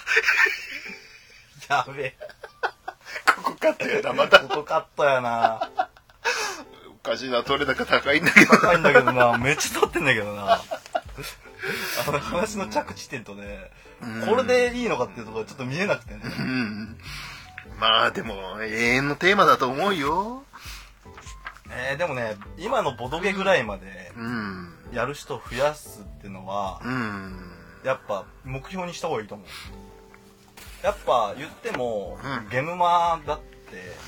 やべえ
ここかってやだ、また。
ここカットやな
おかしいな、取れ高高いんだけど。
高いんだけどなめっちゃ撮ってんだけどなあの話の着地点とねこれでいいのかっていうところがちょっと見えなくてね
うん。まあでも、永遠のテーマだと思うよ。
えーでもね今のボドゲぐらいまで
うん。
やる人増やすっていうのは
うん。
やっぱ目標にした方がいいと思うやっぱ言っても、
うん
ゲムマだって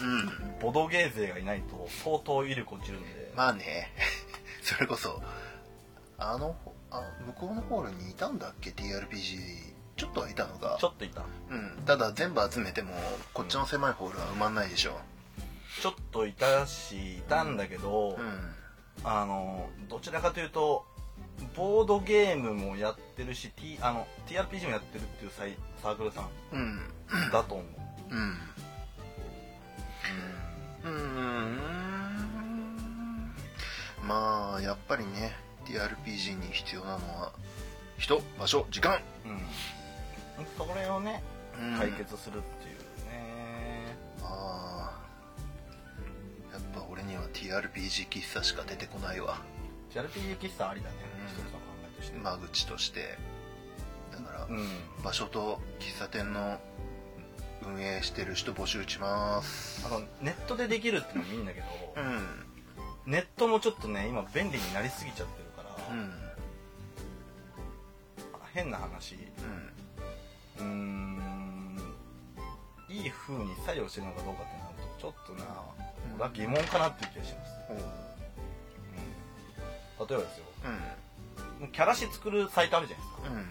うん。
ボドゲー勢がいないと相当威力落ちるんで、
まあね、 それこそ、あの、あ向こうのホールにいたんだっけ ?TRPG。ちょっとはいたのが
ちょ。っといた
うん。ただ全部集めても、こっちの狭いホールは埋まんないでしょ。
ちょっといたしいたんだけど、
うん。
あのどちらかというとボードゲームもやってるし、T、あの TRPG もやってるっていうサイサークルさん
うん。
だと思う、
うん。うーん。まあ、やっぱりね、TRPG に必要なのは、人、場所、時間。
うんそれをね
うん
解決するっていうね、
ああ。やっぱ俺には TRPG 喫茶しか出てこないわ。
TRPG 喫茶ありだね、
うん
ひとりさん考えとして
間口としてだから
うん
場所と喫茶店の運営してる人募集します
あのネットでできるってのもいいんだけど、
うん
ネットもちょっとね今便利になりすぎちゃってるから、
うん
変な話う
うん
ーんいい風に作用してるのかどうかってなるとちょっとな
うん
僕は疑問かなっていう気がします、
おう
うん、例えばですよ
う
キャラシ作るサイトあるじゃないですか、
んうん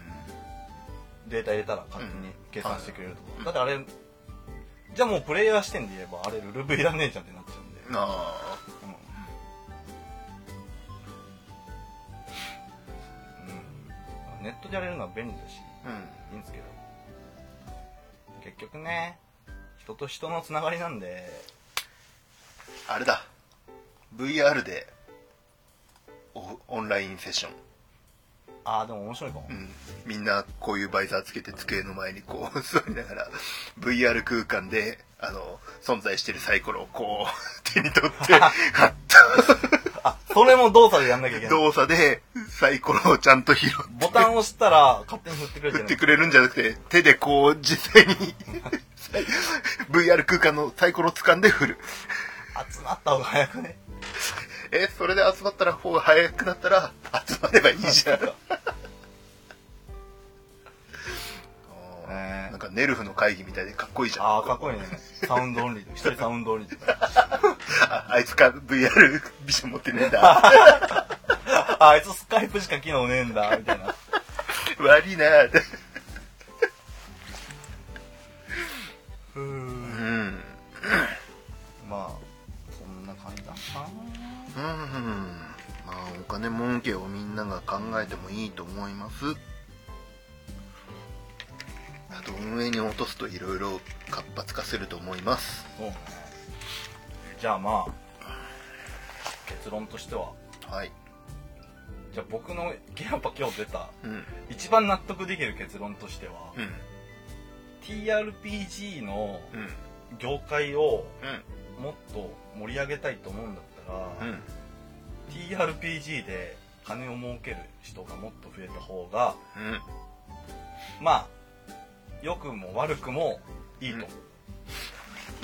データ入れたら勝手に計算してくれると
うん
か、だってあれじゃあもうプレイヤー視点で言えばあれルルブいらねえじゃんってなっちゃうんで、
なあ
うん、ネットでやれるのは便利だし
う
い
ん
いんですけど結局ね人と人のつながりなんで
あれだ VR でオオンラインセッション、
ああでも面白いかも、
うん、みんなこういうバイザーつけて机の前にこう 座りながら VR 空間であの存在してるサイコロをこう手に 取って買っ
あそれも動作でやんなきゃいけ
た
ない
動作でサイコロをちゃんと拾って
ボタンを押したら勝手に振ってくれ
振
て
って
る
くれるんじゃなくて手でこう実際に VR 空間のサイコロを掴んで振る
集まった方が早くね
えそれで集まったら方が早くなったら集まればいい じゃん
ねえ
なんかネルフの会議みたいでかっこいいじゃん
ああかっこいいねサウンドオンリーで一人サウンドオンリーで
ああいつか VR ビジョン持ってねえんだ
ああいつスカイプしか機能ねえんだみたいな
悪いな
うーん
うん
まあそんな感じだな
うんまあお金儲けをみんなが考えてもいいと思いますあと運営に落とすといろいろ活発化すると思います
そうねじゃあまあ結論としては
はい
じゃあ僕のやっぱ今日出た
うん
一番納得できる結論としては、
うん
TRPG の
うん
業界を
うん
もっと盛り上げたいと思うんだったら、
うん
TRPG で金を儲ける人がもっと増えた方が
うん
まあ良くも悪くもいいと、
うん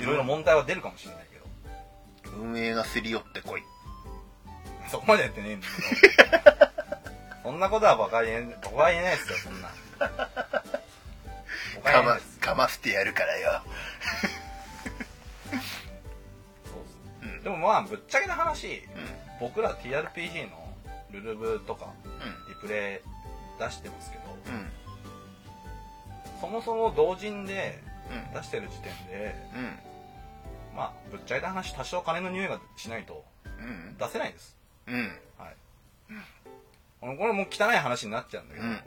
いろいろ問題は出るかもしれないけど
運営がすり寄ってこい
そこまでやってねえん だけどそんなことはバカ言えバカは言えないですよそんなバカ言
か
えない
ま
です
かましてやるからよ
そうっす
うん
でもまあぶっちゃけな話
うん
僕ら TRPG のルルブとか
う
リプレイ出してますけど
んうん
そもそも同人で
うん
出してる時点で
うん
まあぶっちゃけた話多少金の匂いがしないと
うん
出せないです
うん
はいこれもう汚い話になっちゃうんだけど、
うん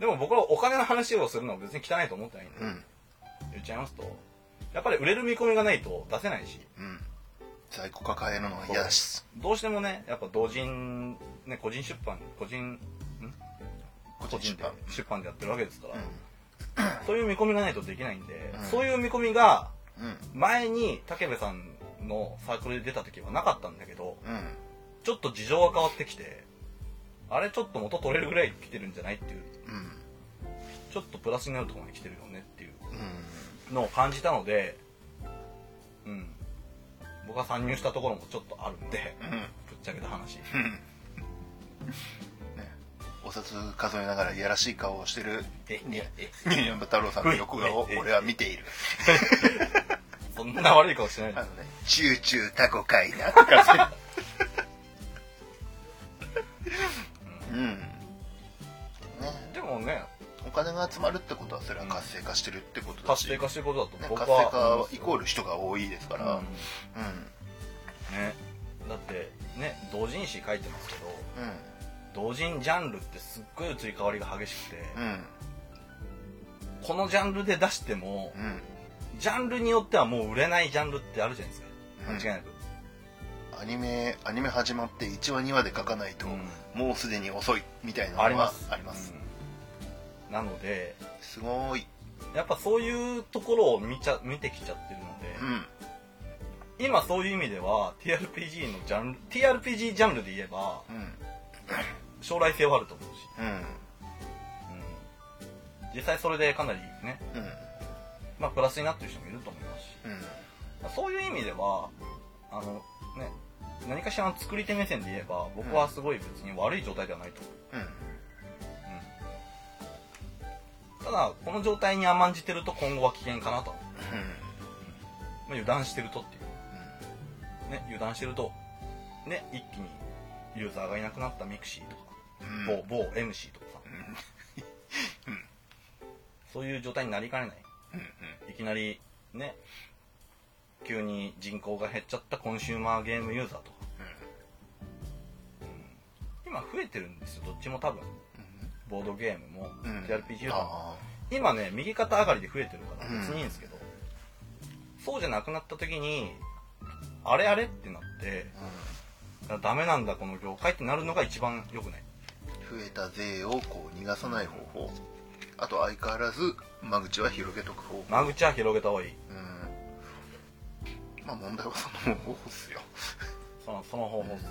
でも僕らお金の話をするのは別に汚いと思ってないんで、
うん
言っちゃいますとやっぱり売れる見込みがないと出せないし
うん在庫抱えるのは嫌だし
どうしてもねやっぱ同人、ね、個人出版個人ん
個人出版
で出版でやってるわけですから、
う
そういう見込みがないとできないんで、
うん
そういう見込みが
んうん
前に武部さんのサークルで出た時はなかったんだけど
うん
ちょっと事情が変わってきてあれちょっと元取れるぐらい来てるんじゃないっていう
うん
ちょっとプラスになるところまで来てるよねっていう
う
のを感じたのでうん僕が参入したところもちょっとあるんで
んう
ぶっ
ん
ちゃけた話
お札数えながらいやらしい顔をしてる
え
に
ええ
にやんば太郎さんの横顔を
ええ
俺は見ている
そんな悪い顔してない
あ
で
の
す
ね「チューチュータコかいな」とかうんうんね
でもね
お金が集まるってことはそれは活性化してるってことだ
活
し、
性化してることだと
ね
僕は
活性化はイコール人が多いですか
う
ら
んねだってね同人誌書いてますけど
うん
同人ジャンルってすっごい移り変わりが激しくて、
うん
このジャンルで出しても、
うん
ジャンルによってはもう売れないジャンルってあるじゃないですか
うん
間違いなく、
アニメアニメ始まって1話2話で書かないと、
うん
もうすでに遅いみたいなのは
あります
あります、
うんなのです
ごーい
やっぱそういうところを見ちゃ見てきちゃってるので
う、ん
今そういう意味では TRPG のジャンル TRPG ジャンルで言えば
うん
将来性はあると思うし、
うん
うん実際それでかなりね、
うん
まあ、プラスになってる人もいると思いますし、
うん
まあそういう意味ではあのね何かしらの作り手目線で言えば僕はすごい別に悪い状態ではないと思う、うん、ただこの状態に甘んじてると今後は危険かなと、まあ、油断してるとっていうね油断してるとね一気にユーザーがいなくなったミクシーとか、
うん
某某 MC とかさ、 そういう状態になりかねないいきなりね急に人口が減っちゃったコンシューマーゲームユーザーとか、うん今増えてるんですよどっちも多分ボードゲームも
うん
TRPG ユーザーも
あ
今ね右肩上がりで増えてるから
うん
別にいいんですけど、そうじゃなくなった時にあれあれってなって
あ
ダメなんだこの業界ってなるのが一番良くない
増えた税をこう逃がさない方法あと相変わらず間口は広げとく方法
間口は広げた方がいい
うんまあ問題はその方法っすよ
そのその方法ですね、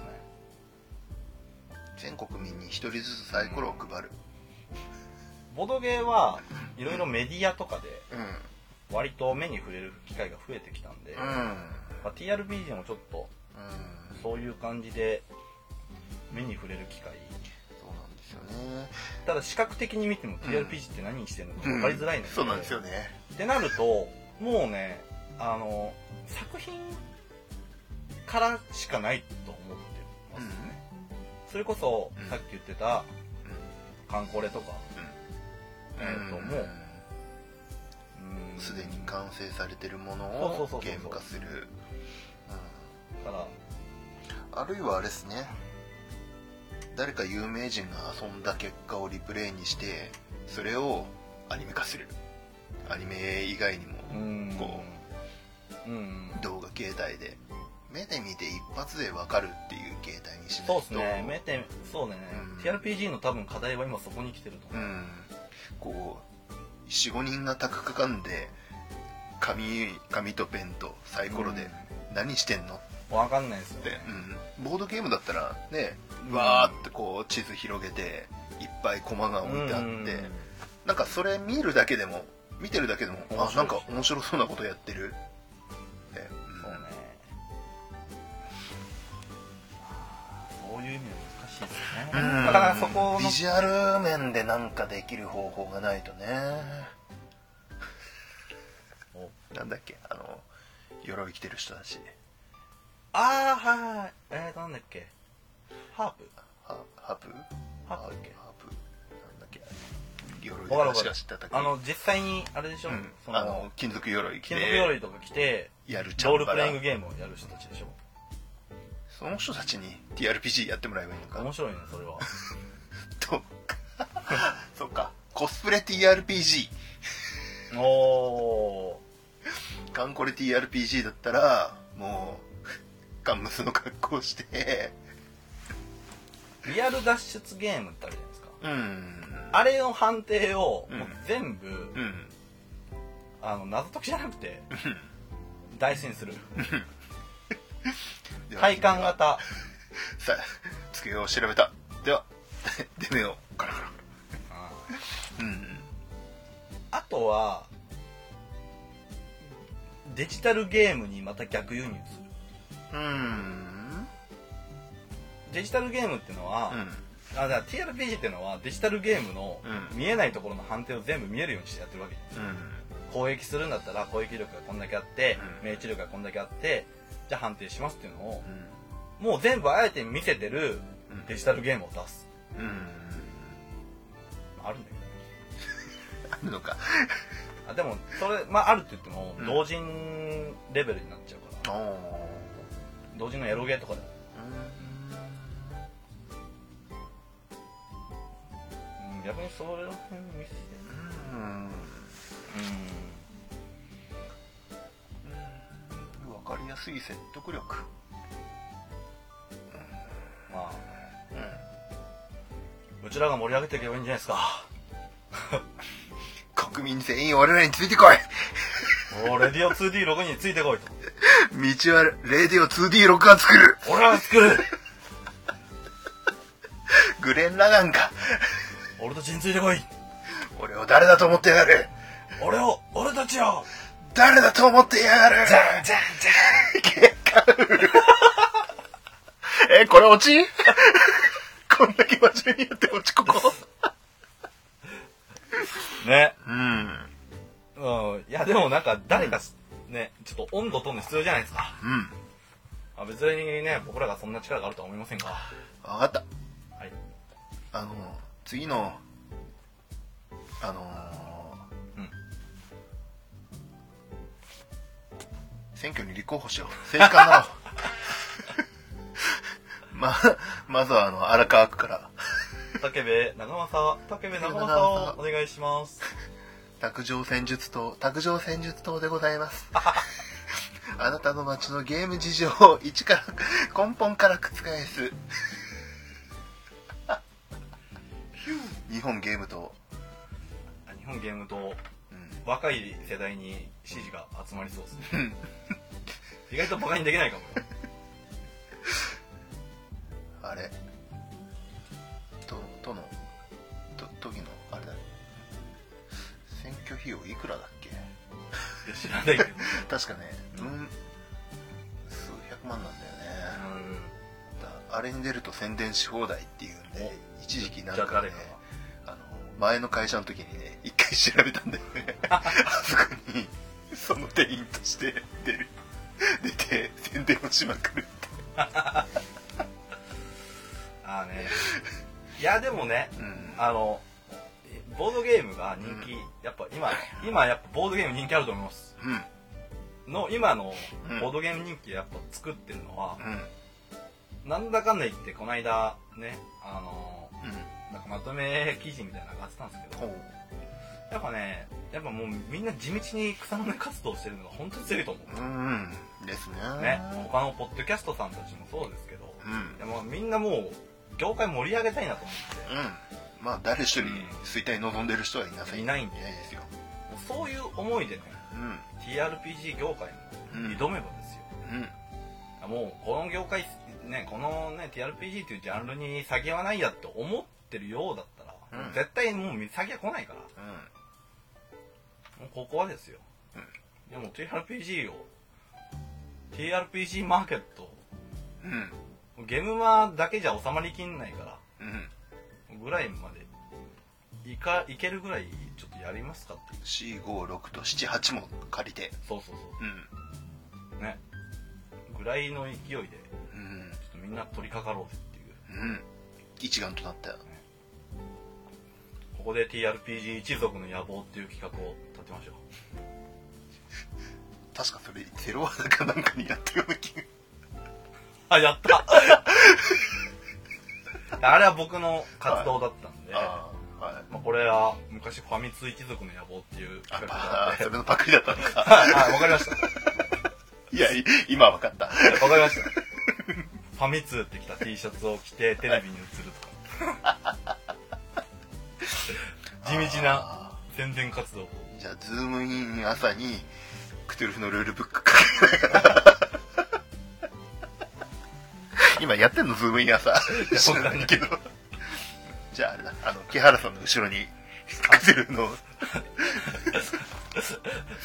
全国民に一人ずつサイコロを配る
ボードゲーはいろいろメディアとかで、
うん
割と目に触れる機会が増えてきたんで、
う
ま
ん
あ、TRPG もちょっと
うん
そういう感じで目に触れる機会
そうなんですよね
ただ視覚的に見ても
ん
TRPG って何してるのか分かりづらいので、
そうなんですよね
ってなるともうねあの作品からしかないと思ってますね、それこそ、
うん
さっき言ってた「カンコレ」とか、
うん
えっ、ともううん
すでに完成されてるも
そう
の
そう
を
そうそう
ゲーム化する
だから
うんあるいはあれですね誰か有名人が遊んだ結果をリプレイにしてそれをアニメ化するアニメ以外にも
うん
こ
うん
動画形態で目で見て一発で分かるっていう形態にしないと
そうですね、目点、そうね、
うん
TRPG の多分課題は今そこに来てると
う
思う。
んこう45人がタクかかんで紙紙とペンとサイコロで何してんの
わかんないですよ
って
ね。、
うん、ボードゲームだったらね
うん
わーってこう地図広げていっぱいコマが置いてあっ
う
て、
ん
なんかそれ見るだけでも見てるだけでも
面白い
あなんか面白そうなことやってるって、うん
そうね。そういう意味で難しいですね。
うん
だからそこ
ビ
の、
ジュアル面でなんかできる方法がないとね なんだっけあの鎧着てる人たち
あーはい。えー、なんだっけ。ハープ
ハハプ
ハープだっけ
ハープなんだっけ鎧
わかるわ
で
か
足
る
が知ったた。
あの、実際に、あれでしょ、
うん
そ
あ
の
の、金属鎧着て
金属鎧とか着て、
やるチ
ロー
ャン
ル
バ
プレイ
ラ
ングゲームをやる人たちでしょ。
その人たちに TRPG やってもらえばいいのか
面白いね、それは。
と かそっかコスプレ TRPG
おー。
カンコレ TRPG だったらもうカンムスの格好して
リアル脱出ゲームってあるじゃないですか。
うん
あれの判定を
うん
もう全部、
うん
あの謎解きじゃなくて大事にする
では
体感型
さ机を調べたでは出目をカラカラうん
あとはデジタルゲームにまた逆輸入する
うん
デジタルゲームってのは、
うん
あだから TRPG ってのはデジタルゲームの
うん
見えないところの判定を全部見えるようにしてやってるわけです
うん
攻撃するんだったら攻撃力がこんだけあって、
うん
命中力がこんだけあってじゃあ判定しますっていうのを
う、ん
もう全部あえて見せてる
うん
デジタルゲームを出す、
うん
あるんだけどね
あるのか
あでもそれ、まあ、あるって言っても
うん
同人レベルになっちゃうか
お
ら、
お
同人のエロゲーとかで、うん、逆にそれの辺見せて
うんわかりやすい説得力
うんまあ
うん
うちらが盛り上げていけばいいんじゃないですか
国民全員俺らについてこい
おレディオ 2D6 についてこいと
道はレディオ 2D6 が作る
俺が作る
グレン・ラガンか
俺と陣ついてこい
俺を誰だと思ってやがる
俺を、俺たちを、
誰だと思ってやがる
じゃんじゃんじゃ
え、これ落ちこんだけ真面目にやって落ちここ
ん。ね。
うん。
うん。いや、でもなんか、誰かし、ね、ちょっと温度とんで必要じゃないですか。
うん。
あ別にね、僕らがそんな力があるとは思いませんが。
わかった。
はい。
あの、次の、あの
う
ー
ん
選挙に立候補しよう。政治家にな ろう。ま、まずはあの、荒川区から、
竹部長政、竹部長政をお願いします。
卓上戦術党、卓上戦術党でございます。 あなたの街のゲーム事情を一から、 根本から覆す。日本ゲーム党。
あ日本ゲームと
うん
若い世代に支持が集まりそうですね。意外とバカにできないかもよ。
あれととのと時のあれだ選挙費用いくらだっけ
いや知らないけど。
確かねうん数百万なんだよねだあれに出ると宣伝し放題っていうんで一時期
う。
なんん
じゃあ
か
誰
ね
かが。
あの前の会社の時にね一回調べたんだよねあそこにその店員として出る出て宣伝をしまくるって
ああね。いや、でもね、
うん
あの、ボードゲームが人気、やっぱ今、今やっぱボードゲーム人気あると思います。
うん
の、今の
うん
ボードゲーム人気やっぱ作ってるのは、
うん
なんだかんだ言って、この間、ね、あの、
うん
なんかまとめ記事みたいなのがあってたんですけど
ほ、う
やっぱね、やっぱもうみんな地道に草の根活動してるのが本当に強いと思
うんですね
う。ね、他のポッドキャストさんたちもそうですけど、
うんうん
でもみんなもう、業界盛り上げたいなと思って、
まあ誰一人衰退望んでる人はいなさい
いないん
い
で
ないですよ
もうそういう思いでね、
うん
TRPG 業界
う
も
ん
挑めばですよ。
うん
もうこの業界、ね、このね、TRPG というジャンルに先はないやって思ってるようだったら、
うん
もう絶対もう先は来ないから、もうここはですよ。でも TRPG を、TRPG マーケットを
うんうん
ゲームマだけじゃ収まりきんないから、
うん
ぐらいまで、いか、いけるぐらい、ちょっとやりますかっていう。
456と78も借りて
そうそう
うん
そう。ね。ぐらいの勢いで、ちょっ
うん
とみんな取り掛かろうぜっていう。
うん一丸となったよ
ここで TRPG 一族の野望っていう企画を立てましょう。
確かそれゼロワーかなんかにやったような気が
あ、やった あれは僕の活動だったんで、
ああはい
まあ、これは昔ファミ通一族の野望っていう
あ
企画があ
ま
っ
あ
て。
それのパクリだったのか
はい、はいわかりました。
いやい今は分かった
わかりました。ファミ通ってきた T シャツを着てテレビに映るとか。地道な
あ
宣伝活動を。
ーじゃあズームイン朝にクトゥルフのルールブッ ク書きながら今やってんのズームイン朝知らないけどじゃああれだあの木原さんの後ろにクトゥルフの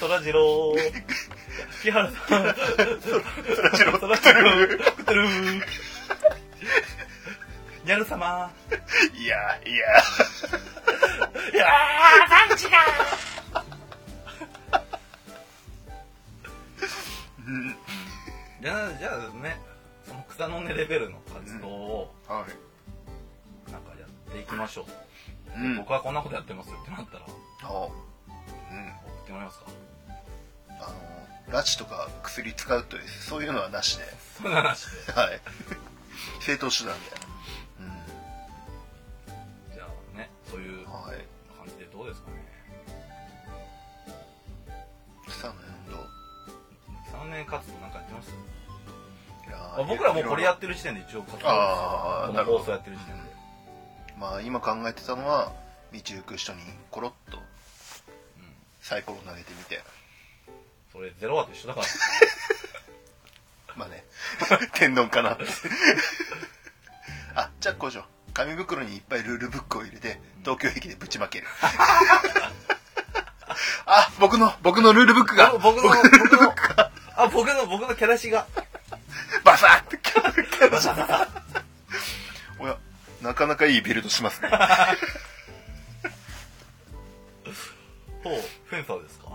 そらジロー。木原さん。そらジロー。そらジロー。トゥルー。ギャル様。
いやいや
いやー、産地だじゃあ、じゃあね、その草の根レベルの活動を、
はい
なんかやっていきましょう。
うん
僕はこんなことやってますよってなったら、送
あうん
ってもらえますか
あの拉致とか薬使うとですそういうのはなしで
そんな話で。
はい正当手段で
じゃあね、そういう
うん
感
はい
じでどうですかね。
草の運動
草の根活動なんかやってます
いや
あ
ー
僕らもうこれや
い
ってる時点で一応活動です
あー
こ
な
の
るほど
放送やってる時点で。
ろいろまあ今考えてたのは道行く人にコロッと
うん
サイコロ投げてみて
それゼロ話と一緒だから。
まあね天丼かなってあじゃあこうしよう紙袋にいっぱいルールブックを入れて東京駅でぶちまけるあ僕の僕のルールブックが
僕の、
ルール
僕
ブ
の
ックが、
あ、僕の、僕のキャラシが。
バサッてキャラキャラ
バサバサ
おやなかなかいいビルドし ますね
ほう、フェンサーですか。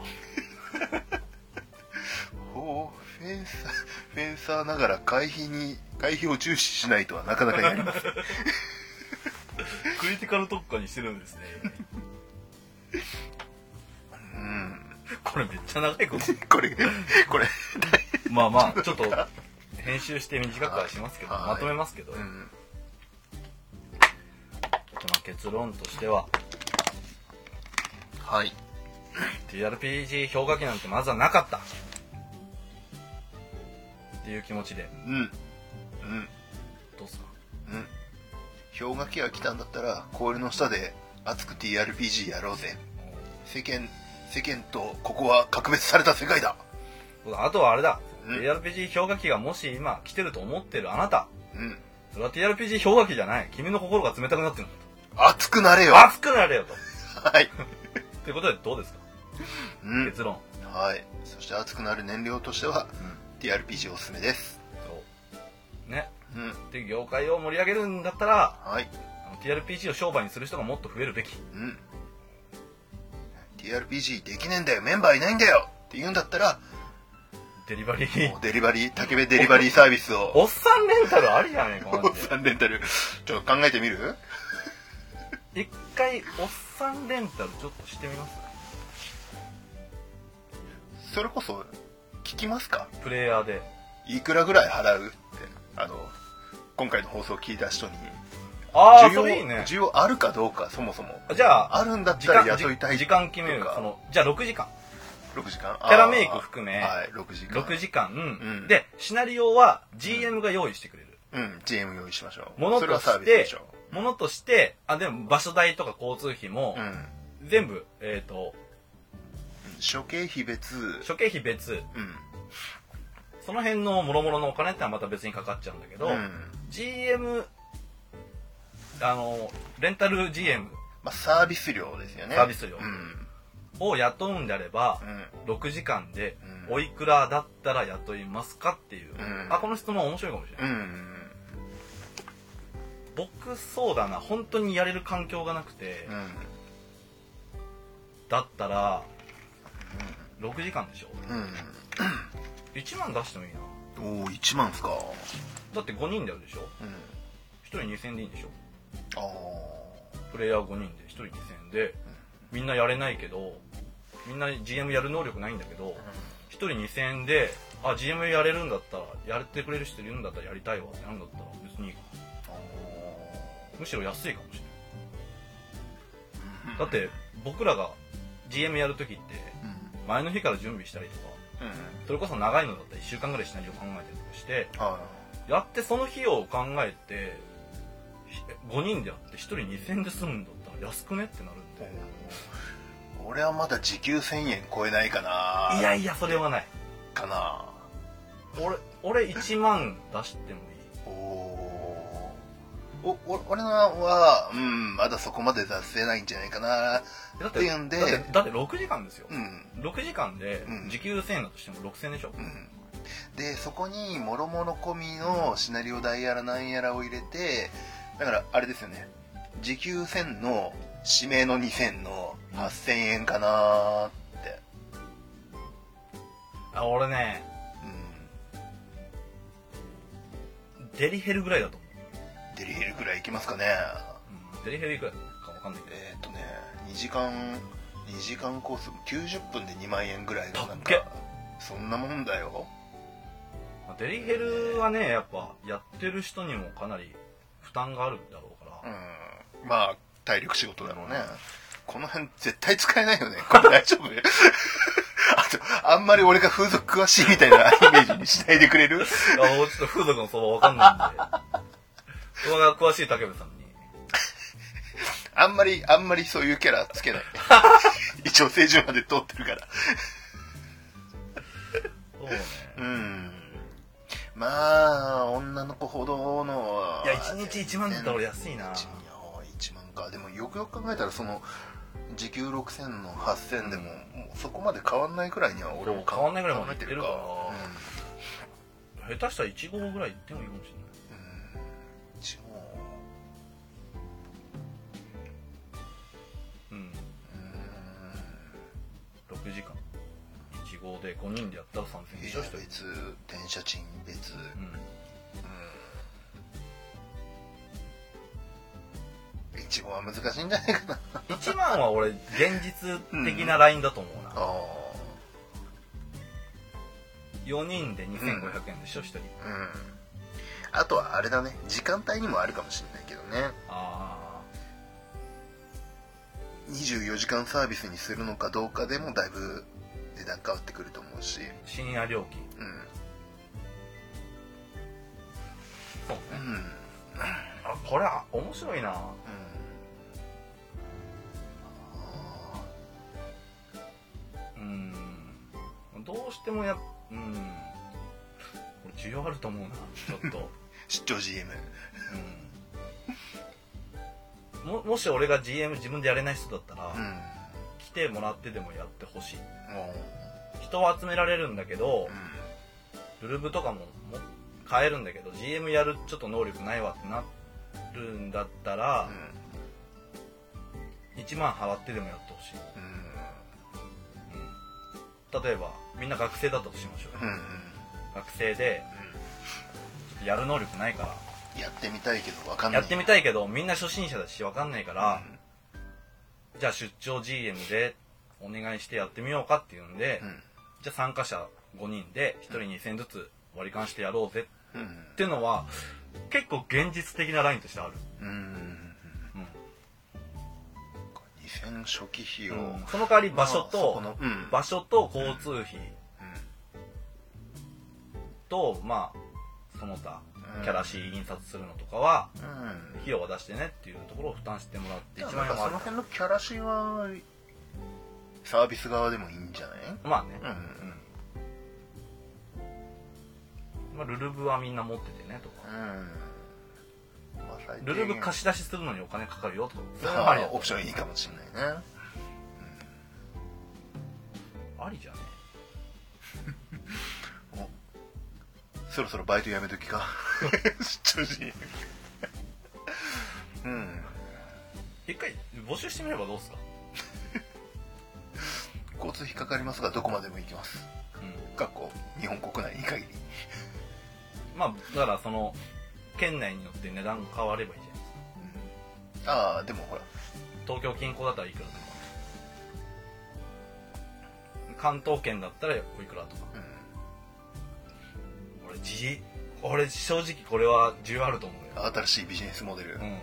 ほうフェンサーフェンサーながら会費に会費を重視しないとはなかなかやります
クリティカル特化にしてるんですね。
うん
これめっちゃ長いこと。
これこれ
まあまあ、ちょっと、編集して短くはしますけど、
はい
まとめますけど、
う
ま
ん
あ結論としては、
はい
TRPG 氷河期なんてまずはなかった。っていう気持ちで、
うんうん
どうすか
うん氷河期が来たんだったら氷の下で熱く TRPG やろうぜ世間世間とここは格別された世界だ
そうだあとはあれだ、
うん
TRPG 氷河期がもし今来てると思ってるあなた、
うん
それは TRPG 氷河期じゃない。君の心が冷たくなってるんだ
熱くなれよ
と。熱くなれよと。
はい
ということでどうですか
うん
結論。
はいそして熱くなる燃料としては TRPG おすすめです
そうね。
うん
で、業界を盛り上げるんだったら、
はい
あの TRPG を商売にする人がもっと増えるべき。
うん TRPG できねえんだよメンバーいないんだよって言うんだったら
デリバリー
もう。デリバリー竹部デリバリーサービスを
おっさんレンタルありやねん、こんなんで。
3レンタルちょっと考えてみる
一回、おっさんレンタルちょっとしてみます
それこそ聞きますか
プレイヤーで。
いくらぐらい払うってあの今回の放送を聞いた人に
ああ、
需要
それいいね。
需要あるかどうかそもそも
じゃあ、
あるんだっ
時
たら
間
雇いたい
時間決める
とか
そのじゃあ6時間
6時間キ
ャラメイク含め
はい6時間
6時間、
ん
でシナリオは GM が用意してくれる、
うん、GM 用意しましょう
もの
それは
と
サー
し
ビスで
て
しょ
ものとしてあでも場所代とか交通費も
う、うん
全部えっ、と
処刑費別
諸経費別
うん
その辺の諸々のお金ってのはまた別にかかっちゃうんだけど、
うん
GM あのレンタル GM
まあサービス料ですよね
サービス料
うん
を雇うんであれば
う、ん
6時間で
うん
おいくらだったら雇いますかっていう、
うん
あこの質問面白いかもしれない、
うん
僕そうだな本当にやれる環境がなくて、
うん
だったら6時間でしょ
う
1万出してもいいなん
おお1万っすか
だって5人でやるでしょ
うん
1人2000円でいいんでしょ
ああ
プレイヤー5人で1人2000円でみんなやれないけどみんな GM やる能力ないんだけど1人2000円であ GM やれるんだったらやれてくれる人いるんだったらやりたいわってなんだったら別にいいかなむしろ安いかもしれないだって僕らが GM やるときって
うん
前の日から準備したりとか
うん
それこそ長いのだったら1週間ぐらいシナリオ考えたりとかして
は
やってその費用を考えてひ5人でやって1人2000円で済むんだったら安くねってなるん
い
で
俺はまだ時給1000円超えないかない
やいやそれはない
かな
俺俺1万出してもい
おおおお俺のはうんまだそこまで出せないんじゃないかない
だっ
って
て
いうんで
だってだって6時間ですよ、
うん
6時間で
うん
時給1000円だとしても6000円でしょ、
うんでそこにもろもろ込みのシナリオ代やらなんやらを入れてだからあれですよね時給1000の指名の2000の8000円かなって
あ俺ね
うん
デリヘルぐらいだと思
デリヘルぐらいいきますかね
う、うんデリヘルいくらか分かんないけど
えーっとね2時間2時間コース90分で2万円ぐらいのなん
たっけ
かそんなもんだよ
まあデリヘルはねやっぱやってる人にもかなり負担があるだろうから、
うんまあ体力仕事だろうねこの辺絶対使えないよねこれ大丈夫 あとあんまり俺が風俗詳しいみたいなイメージにしないでくれる
あもうちょっと風俗の相場わかんないんで。そこが詳しい竹部さんに。
あんまりあんまりそういうキャラ つけない一応成人まで通ってるから
そうね。
うんまあ女の子ほどの
いや1日1万だったら俺安いな
1万1万かでもよくよく考えたらその時給6000の8000でも,、もうそこまで変わんないくらいには俺も
変わんないくらいまでいってるか
考え
下手したら1号ぐらい行ってもいいかもしれない
てるか
う
うん、うん、一応
ん
う
6時間1号で5人でやったら3000円
ん
で
い
しょ
や
1人
別電車賃別
う
いちごは難しいんじゃないかなん
1万は俺現実的なラインだと思うな、
あ
4人で2500円でしょ1人
あうんあとはあれだね時間帯にもあるかもしれないけどね
あ
24時間サービスにするのかどうかでもだいぶ値段変わってくると思うし
あ深夜料金
うん
そう
う
ね、
んうん
あこれは面白いなうんどうしてもやうん俺需要あると思うなちょっ と
出張 GM
うんももし俺が GM 自分でやれない人だったら、
うん
来てもらってでもやってほしい
も
人は集められるんだけど
うう
ルルブとかもも変えるんだけど GM やるちょっと能力ないわってなるんだったら
んう、ん
1万払ってでもやってほしい、うん、例えばみんな学生だったとしましょう、
うんうん
学生でやる能力ないから
やってみたいけどわかんな
や
い
ってみたいけどみんな初心者だし分かんないから
う、ん
じゃあ出張 GM でお願いしてやってみようかっていうんで、
うん
じゃあ参加者5人で1人2000ずつ割り勘してやろうぜ
うん
っていうのは結構現実的なラインとしてある、
うん
うん
2000初期費用、
うんその代わり場所
まあそ
と、
このうん
場所と交通費と、まあその他
うん
キャラ C 印刷するのとかは
うん
費用は出してねっていうところを負担してもらって1
な
万
ん
円
か
はあ
そ
る
の辺のキャラシーはサービス側でもいいんじゃない
まあね、
うん
うんまあ、ルルブはみんな持っててねとか、
うん、まあ、最低
ル
限
ルブ貸し出しするのにお金かかるよとかそれはあり
あ
だ
オプションいいかもしれないね
ありじゃね
そろそろバイトやめときか 出張時 うん
一回募集してみればどうですか、
交通費かかりますがどこまでも行きます
うん、
かっこ日本国内に限り
まあだからその県内によって値段が変わればいいじゃないですか
ああでもほら
東京近郊だったらいくらとか関東圏だったらおいくらとか
うん
俺じ俺正直これは需要あると思うよ、
新しいビジネスモデル、
うん、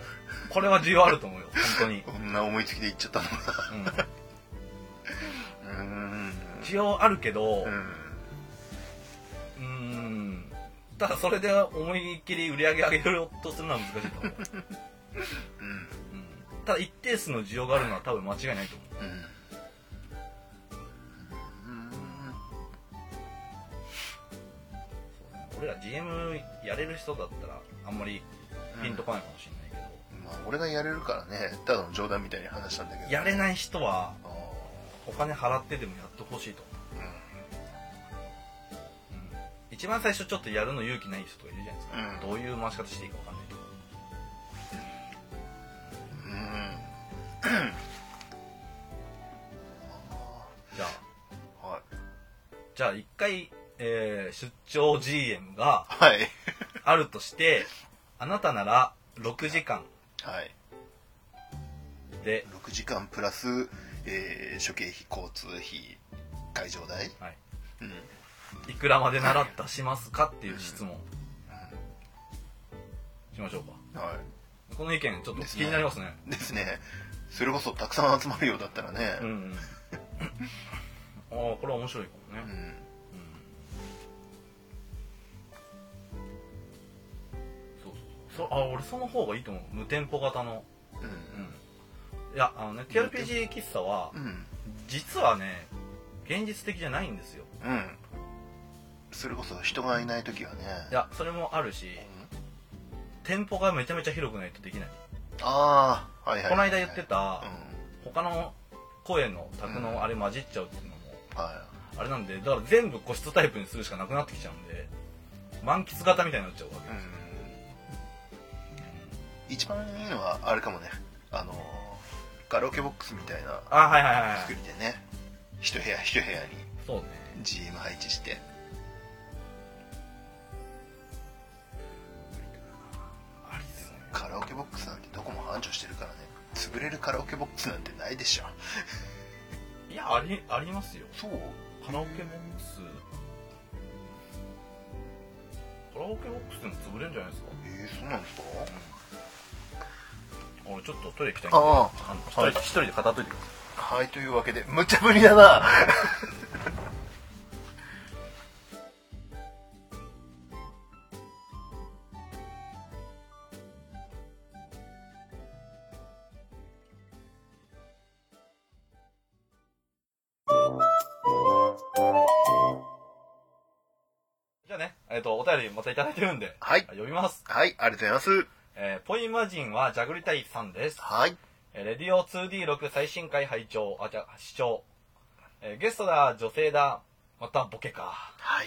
これは需要あると思うよ本当に、
こんな思いつきで行っちゃったのか
う
うん
ん、需要あるけど
う
うんーんただそれで思いっきり売り上げ上げようとするのは難しいと思う、
うん
うん、ただ一定数の需要があるのは多分間違いないと思う
うん
俺ら GM やれる人だったらあんまりピンとこないかもしれないけど、
まあ俺がやれるからねただの冗談みたいに話したんだけど
やれ
い
ない人はお金払ってでもやってほしいと思う、うん一番最初ちょっとやるの勇気ない人とかいるじゃないですか、
う
ど
ん
ういう回し方していいか分かんないけど
うんうん
じゃあ
はい
じゃあ一回、えー出張 GM が
はい
あるとしてあなたなら6時間
はい
で、
6時間プラス、えー、処刑費交通費会場代
はい、
うん
いくらまでなら出しますかっていう質問しましょうか
は
この意見ちょっと気になりますね
いですねそれこそたくさん集まるようだったらね
うんうんああこれは面白いかもね、
うん
そうそうそうそあ俺その方がいいと思う無店舗型の
う
うんいやあのね TRPG 喫茶は
んうん
実はね現実的じゃないんですよ
うんそれこそ人がいない時はね
いやそれもあるし
うん
店舗がめちゃめちゃ広くないとできない
ああはいはい
この
はい
間言ってた
うん
他の声の宅のあれ混じっちゃうっていうのも
は
あれなんでだから全部個室タイプにするしかなくなってきちゃうんで満喫型みたいになっちゃうわ
いうん一番いいのはあれかもねあのカラオケボックスみたいな
けあはいはいはいは
作
い
りでね一部屋一部屋に
そうね
GM 配置して
ありですね
カラオケボックスなんてどこも繁盛してるからね潰れるカラオケボックスなんてないでしょ
いやありありますよ
そう
カラオケボックスカラオケボックスでも潰れるんじゃないですか
えー、そうなんですか
俺ちょっとトイレ行きたいんで
あ
あの一
はい
人一人で片っといてください
あはいというわけで無茶ぶりだな
じゃあね、えっ、と、お便りまたいただいてるんで、
はい
読みます。
はいありがとうございます
えー、ポイマジンはジャグリタイさんです。
はい
えーレディオ 2D6 最新回拝聴、あ、じゃ、視聴。えーゲストだ、女性だ、またボケか。
はい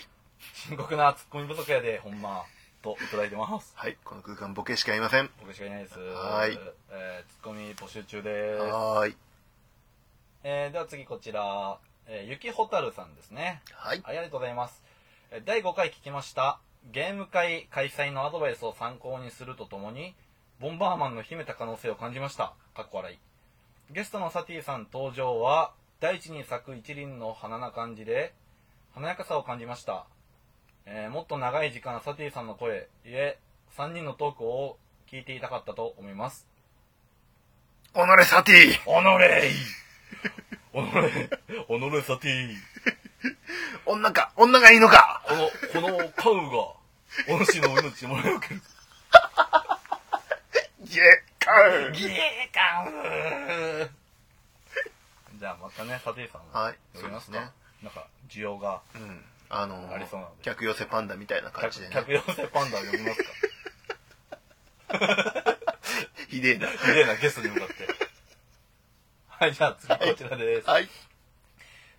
深刻なツッコミ不足やで、ほんま、といただいてます。
はいこの空間ボケしかいません
僕しかいないです。
はい
えーツッコミ募集中です。
はーい
えーでは次こちら、えーゆきほたるさんですね。
はい
はい、ありがとうございます。えー第5回聞きました。ゲーム会開催のアドバイスを参考にするとともに、ボンバーマンの秘めた可能性を感じました。かっこ笑い。ゲストのサティさん登場は、大地に咲く一輪の花な感じで、華やかさを感じました。えーもっと長い時間サティさんの声、いえ、3人のトークを聞いていたかったと思い ます。
おのれサティ
おのれいおのれおのれサティ
女か女がいいのか
この、このカウが、お主の命もらえるけど。
イエカウ
ギエカウじゃあまたね、サティさんも
はい
呼びます
そう
ね
ですね。
なんか、需要が、
うんあのー
ありそうなんで
客寄せパンダみたいな感じで
客
ね
客寄せパンダ呼びますか。
ひでえ な
綺麗なゲストに向かって。はい、じゃあ次こちら です。
はい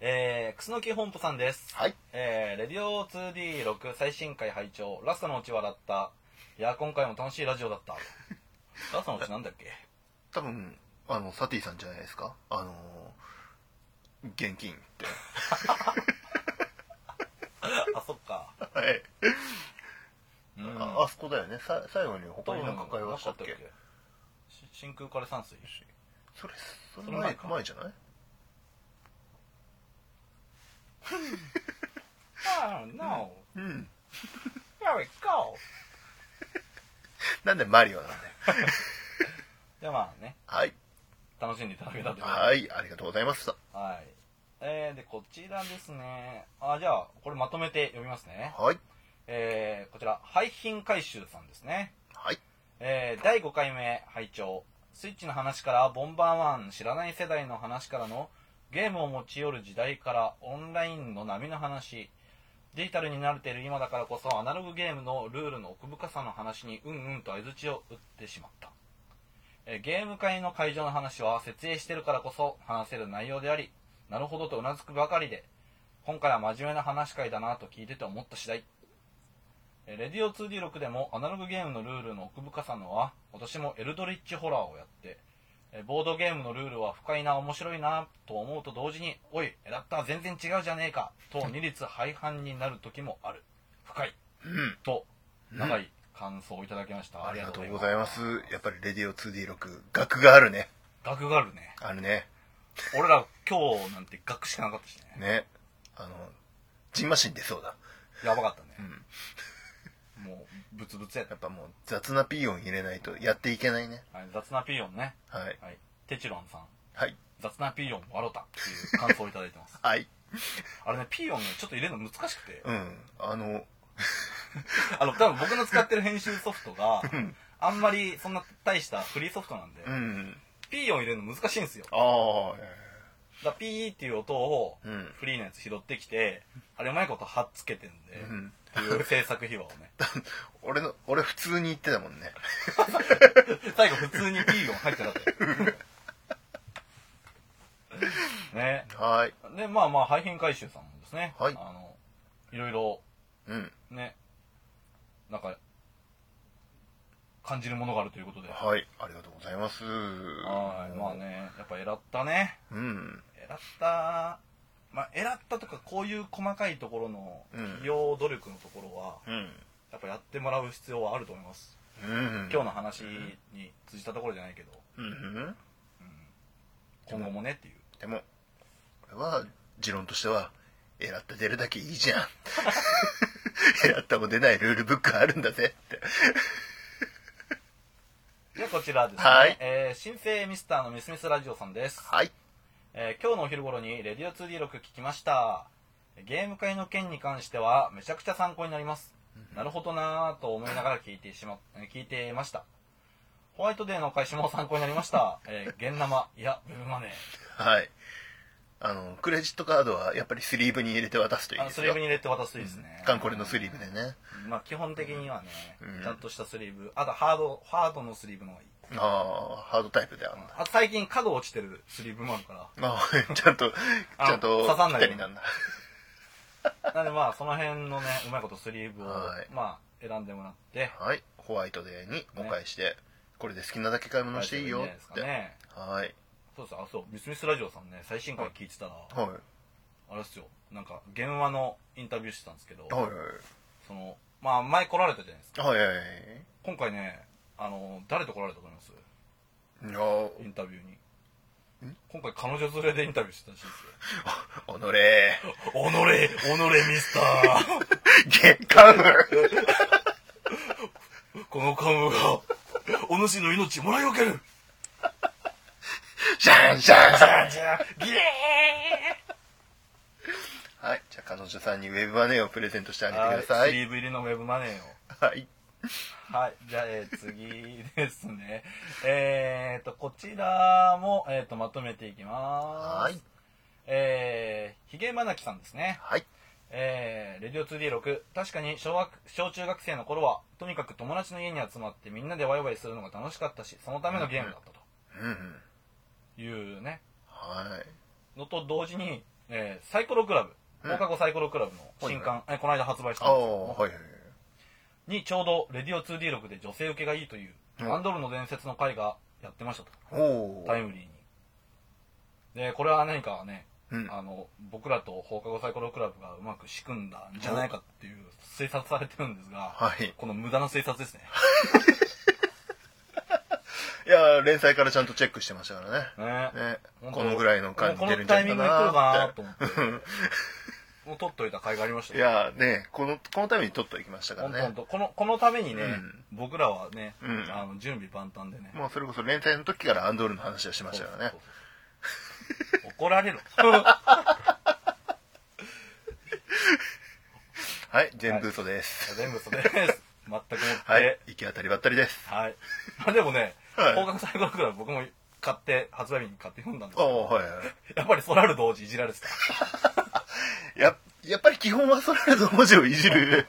えー、くすのき本舗さんです。
はい
えー、レディオ 2D6 最新回拝聴ラストのうち笑った。いや、今回も楽しいラジオだった。ラストのうちなんだっけ
多分あのサティさんじゃないですかあのー現金って
あ、そっか。
はい、
うん
ああそこだよねさ最後に他に何か会話したっけ
なかたっし真空から山水
それそれ
その前
前
か
前じゃない
ああ、no.
うん。
Here we go.
なんでマリオなんだよ。
じゃあまあね、
はい。
楽しんでいただけたということで
はい。ありがとうございました。
はい。えー、で、こちらですね。あ、じゃあ、これまとめて読みますね。
はい。
えー、こちら、廃品回収さんですね。
はい。
えー、第5回目、拝聴スイッチの話から、ボンバーマン、知らない世代の話からの、ゲームを持ち寄る時代から、オンラインの波の話、デジタルに慣れている今だからこそ、アナログゲームのルールの奥深さの話に、うんうんと相槌を打ってしまった。えーゲーム会の会場の話は、設営してるからこそ話せる内容であり、なるほどとうなずくばかりで、今回は真面目な話会だなと聞いてて思った次第。えーレディオ 2D6 でもアナログゲームのルールの奥深さのは、私もエルドリッチホラーをやって、えーボードゲームのルールは深いな、面白いな、と思うと同時に、おい、エラッター全然違うじゃねえか、と二律廃反になる時もある。 深い、
うん。
と、長い感想をいただきました。
あ
あ
り
り
が
が
と
と
う
う
ご
ご
ざ
ざい
いま
ますす。。
やっぱりレディオ 2D6、額があるね。
額があるね。
あるね。
俺ら今日なんて額しかなかったしね。
ね。あの、ジンマシン出そうだ。
やばかったね。 もう、ブツブツやった
やっ。ぱもう雑なピーヨン入れないとやっていけないね。
はい雑なピーヨンね。
はい。
はい。テチロンさん。
はい。
雑なピーヨン、笑ったっていう感想をいただいてます。
はい。
あれね、ピーヨンね、ちょっと入れるの難しくて。
うん。あの、
あの、多分僕の使ってる編集ソフトが、あんまりそんな大したフリーソフトなんで、
うん。
ピーヨン入れるの難しいんですよ。
ああ。
だピーっていう音を
うん
フリーのやつ拾ってきて、あれうまいこと貼っつけてんで、
うん
っていう制作秘話をね
俺の俺普通に言ってたもんね
最後普通にいい音入 ってなかったよね
はーい
でまあまあ廃品回収さんもですね、
はい
あのいろいろ
うん
ねなんか感じるものがあるということで、
はいありがとうございます
はいまあねやっぱ選ったね
うん
選ったまあ選ったとかこういう細かいところの
うん
企業努力のところは、
うん
やっぱやってもらう必要はあると思います、
うん
今日の話に通じたところじゃないけど
うんうん
今後もねっていう
でも俺は持論としてはエラった出るだけいいじゃん エラったも出ないルールブックあるんだぜって
ではこちらですね、
はい
えー新生ミスターのミスミスラジオさんです、
はい
えー今日のお昼頃にレディオ 2D6 聞きましたゲーム会の件に関してはめちゃくちゃ参考になりますなるほどなぁと思いながら聞いてしまえー聞いていましたホワイトデーの開始も参考になりま した、えー、ゲン生いやブブマネー
はいあのクレジットカードはやっぱりスリーブに入れて渡すといい
あの
で
ス
す
リー
よ
ブに入れて渡すといいですね、
カンコレのスリーブでね
まあ基本的にはね、
うん
ちゃんとしたスリーブあとハードハードのスリーブの方がいい
ああハードタイプであんだ
あと最近角落ちてるスリーブもある か
ああちゃんとち
あ
ゃんと
刺さんないように
ぴったりなん
ら
だ
なんでまあその辺のねうまいことスリーブを
はい
まあ選んでもらって
はいホワイトデーにお返して、これで好きなだけ買い物していいよ
大丈夫じゃないです
っ
か
て、
ね
はい
そうですあそうミスミスラジオさんね最新回聞いてたら
はい
あれっすよなんか現話のインタビューしてたんですけど
はい
そのまあ前来られたじゃないですか
はいはいはい
今回ねあの誰と来られたと思います
いやー
インタビューに今回彼女連れでインタビューしてたらしいです
おのれ
よおのれおのれミスター
月刊
このカムがお主の命もらい分ける
シャンシャンシャン
ギレ
はい。じゃあ、彼女さんにウェブマネーをプレゼントしてあげ
ー
てくださ
ス
い。
リーブ入りのウェブマネーを
はい。
はい、じゃあ、えー次ですね。 えっと、こちらも、えっと、まとめていきます。
はい。
えー、ひげまなきさんですね。
はい。
えー、レディオ 2D6。確かに小学、小中学生の頃は、とにかく友達の家に集まってみんなでワイワイするのが楽しかったし、そのためのゲームだった
うんうん。
というね、
はい。
のと同時に、えーサイコロクラブ、
うん
放課後サイコロクラブの新刊、えーこの間発売した
あ
んですけど
あ、
も
はい。
にちょうど、レディオ 2D6 で女性受けがいいという、
うん
アンドルの伝説の回がやってましたと。
お
タ
ー。
イムリーに。で、これは何かね、
うん。
あの、僕らと放課後サイコロクラブがうまく仕組んだんじゃないかっていう推察されてるんですが、
はい
この無駄な推察ですね。
いやー連載からちゃんとチェックしてましたから
ね
ね。ね
本。当
このぐらいの感じ
こ
出
の
るんじゃ
タイ
ない
ミング
か
で来る
な
かな
っ
と
て。
思って。もう取っといた甲斐がありました
い
よ
やーね、この、このために撮っといきましたか
ほ
ら
んとほん
ね。
とこの、このためにね、
うん
僕らはね、
うん
あの準備万端でね。
もうそれこそ連載の時からアンドールの話をしてましたからね
そう。そうそう怒られる。
はい、全部嘘です。
全部それです。全くもって。
はい、行き当たりばったりです。
はい。 まあでもね、
はい
放課後サイコロクラブ僕も買って、発売日に買って読んだんです
あ
け
あ、
ど、
はいはい。
やっぱりソラル同時いじられてた。
や、やっぱり基本はそれらの文字をい じる。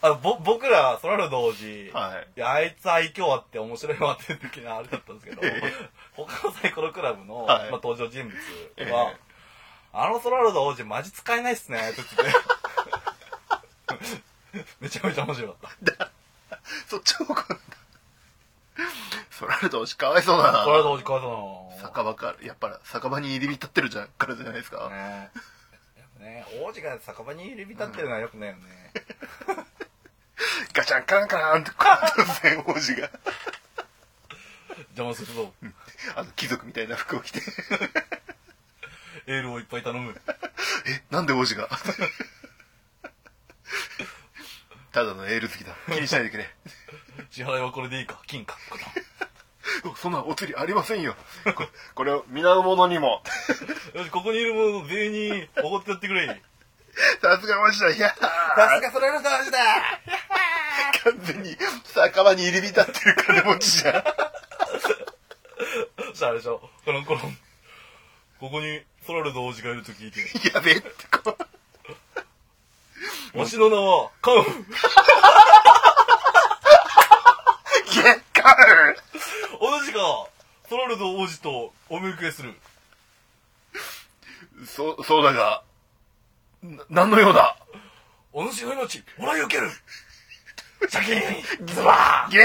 あぼ僕らソラル同時、
はい
やあいつ愛嬌あって面白いわっていう的なあれだったんですけど、他のサイコロクラブの、
はい
まあ、登場人物
え
は、
え
あのソラル同時マジ使えないっすねって 言っててめちゃめちゃ面白かった。
そっちの方向なんだ。ソラルド氏かわいそうだ
ソラル
な。
同時かわいそうな
酒場から、やっぱり酒場に入り浸ってるじゃんからじゃないですか。
ねやっぱね、王子が酒場に入り浸ってるのはよくない よね。
ガチャンカランカランって、突然王子が、
邪魔するぞ。
あの、貴族みたいな服を着て、
エールをいっぱい頼む。
え、なんで王子が ただのエール好きだ。気にしないでくれ。
支払いはこれでいいか金か
そんなお釣りありませんよ。ここれを皆の者にも。
よしここにいる者全員におごってやってくれ
さすが王子だ。いや
さすがそれの話だ
ー完全に酒場に入り浸ってる 金持ちじゃん。
そしたらあれでしょこのこのここにソラルの王子がいると聞いて、
やべえってこう
わしの名は、カンフ。
ゲッカー
同じか、ソラルの王子とお見受けする。
そ、そうだが、な、何の用だ
お主の命、もらい受ける。シャキーンズバ
ゲー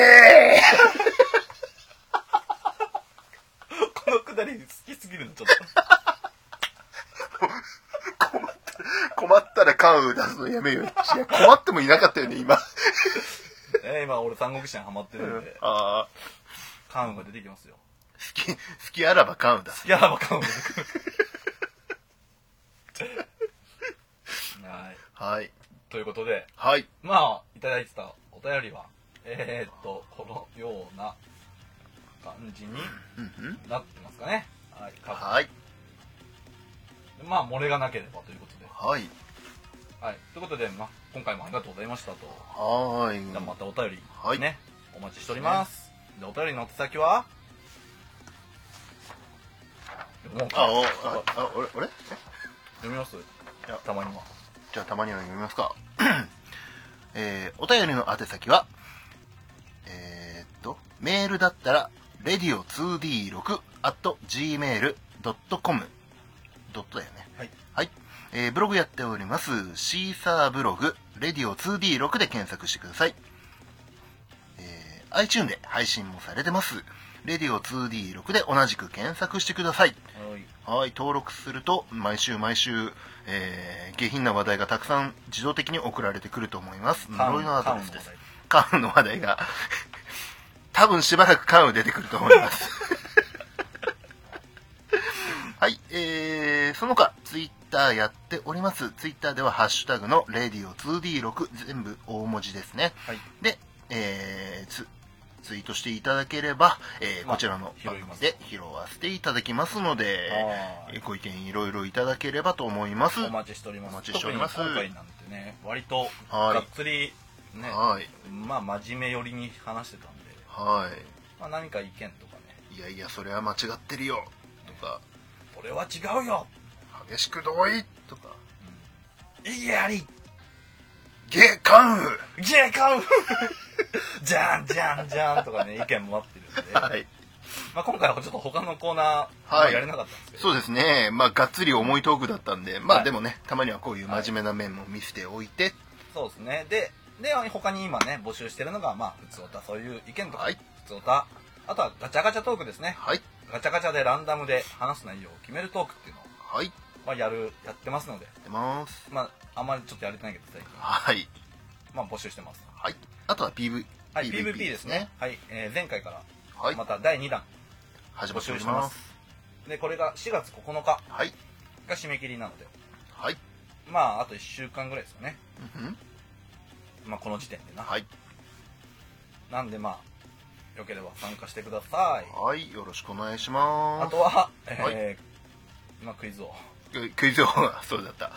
ーこのくだり好きすぎるの、ちょっと。
困ったら缶を出すのやめよう。いや困ってもいなかったよね、今。
えー、今俺三国志にハマってるんで、
ああ、
カンフが出てきますよ。
好き、好きあらば缶を出す。
いやば、カン フ出てくる。はい。
はい。
ということで、
はい。
まあ、いただいてたお便りは、えー、っと、このような感じに
うんうん
なってますかね。はい。多分
はい。
まあ、漏れがなければということで。
はい。
はい。ということで、まあ、今回もありがとうございましたと。
はーい。
じゃあまたお便り、
はい
ね、お待ちしております。で、お便りの手先はもう
あ、お、あ、あ、俺、俺
読みます
いや
たまには。
じゃあたまには読みますか。 えー、お便りの宛先は、えー、っと、メールだったら、radio2d6 at gmail.com ドットだよね。
はい。
はい。えー、ブログやっております。シーサーブログ、radio2d6 で検索してください。えー、iTune で配信もされてます。radio2d6 で同じく検索してください。
はい。
はい、登録すると毎週毎週、えー、下品な話題がたくさん自動的に送られてくると思います。呪いのアドレスです。カウンの話題が。多分しばらくカウン出てくると思います。 はい、えー、その他、ツイッターやっております。ツイッターではハッシュタグの radio2d6 全部大文字ですね。
はい。
で、えー、ツツイートしていただければ、えー
まあ
こちらの番組で拾わせていただきますので、
は
えーご意見いろいろいただければと思います。
お待ちしております。
お待ちしております
特に今回なんてね、割と、
はい
がっつり、ね、
はい。
まあ、真面目寄りに話してたんで、
は
まあ、何か意見とかね、
い。いやいや、それは間違ってるよ。とか、
これは違うよ、
激しく同意とか、
うん、意義あり
ゲカンフ
ジェイカウ じゃんじゃんじゃんとかね、意見も待ってるんで、
はい。
まあ、今回はちょっと他のコーナー、
はい
やれなかったんですけど、
そうですね。まあ、がっつり重いトークだったんで、ま
は
あ
い
でもね、たまにはこういう真面目な面も見せておいて、
そうですね。で、で、他に今ね、募集してるのが、まあ、普通歌、そういう意見とか、
はい
普通歌、あとはガチャガチャトークですね。
はい。
ガチャガチャでランダムで話す内容を決めるトークっていうのを、
はい。や
まあ、やる、やってますので、
ってます。
まあ、あんまりちょっとやれてないけど、最近。
はい。
まあ、募集してます。
はい。あとは PV、
はい、PVP ですね。。はい、えー前回か
は
ら、
い
ま。た第2弾、
始ま
募
って
集
おり
して
ま。
ますす。で、これが4月9日
はい。
が締め切りなので、
はい。
まあ、あと1週間ぐらいですよね。
うん
まあ、この時点でな。
はい。
なんで、まあ、よければ参加してください。
はい。よろしくお願いしま
あ
す
と。は、えー
は
まあ、クイズを
ククイズ王が、そうだった。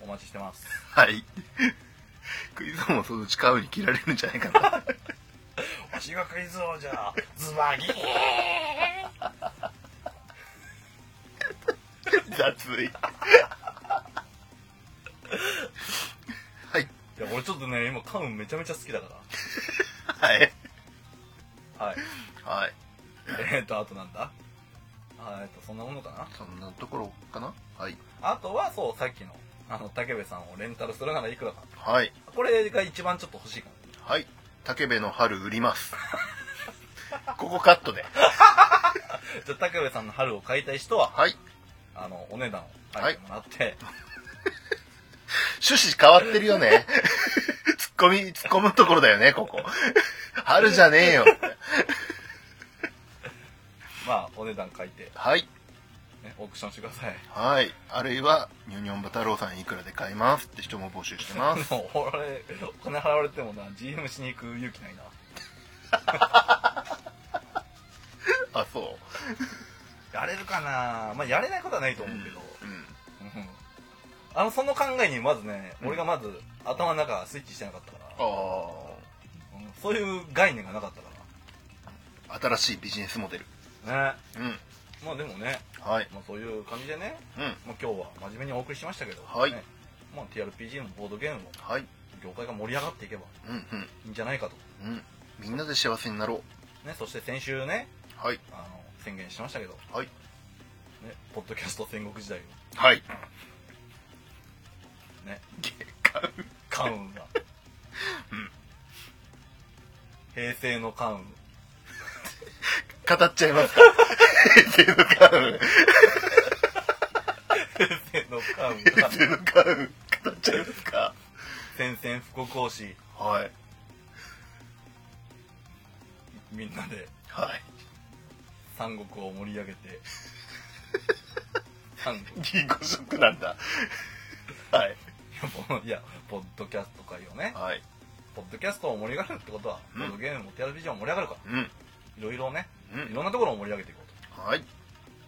お待ちしてます。
はい。クイズ王もそのうち買うに切られるんじゃないかな。
わしがクイズ王じゃ、ズバギー
雑い。はい。
いや、俺ちょっとね、今、カウンめちゃめちゃ好きだか
はい。
ら。はい。
はい。
えーと、あとなんだあーえーと、そんなものかな
そんなところかなはい。
あとは、そう、さっきの、あの、竹部さんをレンタルするならいくらか。
はい。
これが一番ちょっと欲しいか
はい。竹部の春売ります。ここカットで。
な。じゃあ、竹部さんの春を買いたい人は、
はい。
あの、お値段を書いてもらって、
趣旨変わってるよね。 突っ込み、突っ込むところだよね、ここ。春じゃねえよ。
まあ、お値段書いて、
はい。
ね、オークションしてください。
はい。あるいは、ニョニョンバ太郎さんいくらで買いますって人も募集してます。
もう俺お金払われてもな GM しに行く勇気ないな
あ、そ
やれるかなまあやれないことはないと思うけど、
う。うん。
うんあのその考えにまずね、
うん
俺がまず頭の中スイッチしてなかったから、
あ
うんそういう概念がなかったか
あ。新しいビジネスモデル。
らね
うん。
まあでもね、
はい。
まあ、そういう感じでね、
うん。
まあ、今日は真面目にお送りしましたけど、
はい
ねまあ、TRPG のボードゲームも
はい。
業界が盛り上がっていけば
うん
いいんじゃないかと、
うん。うん。みんなで幸せになろう。
ね、そして先週ね
はい。
あの宣言してましたけど、ね、
はい。
ポッドキャスト戦国時代を
はい。
ね関運 が、平成の関運
語っちゃい ますか平成のカウン。
平成の関運
平
が
成のカウン。語っちゃいますか
宣戦布告をし
はい。
みんなで
はい。
三国を盛り上げ て三国
銀行ショックなんだ。はい。
いやポッドキャスト界をね
はい。
ポッドキャストを盛り上がるってことは、
うん
ボードゲームも TRPG も盛り上がるから
うん。
いろいろね
うん
い。ろんなところを盛り上げていこう
はい。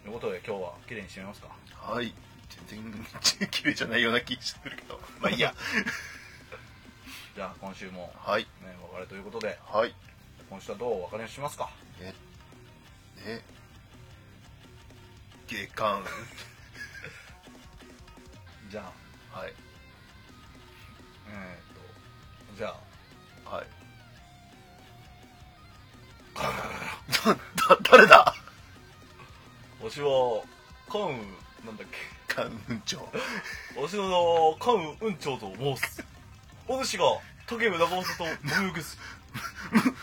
ということで今日は綺麗に締めますか
はい。全然綺麗じゃないような気してるけど。まあいいや。
じゃあ今週も
はい。
ねお別れということで
はい。
今週はどうお別れにしますか
え、え、下巻。
じゃあ
はい。
えー、っとじゃあ
はい。だ、だ、 誰だ
推しは関羽なんだっけ
関運長。
わしの関羽雲長と申す。お主が竹部長政と模様 です。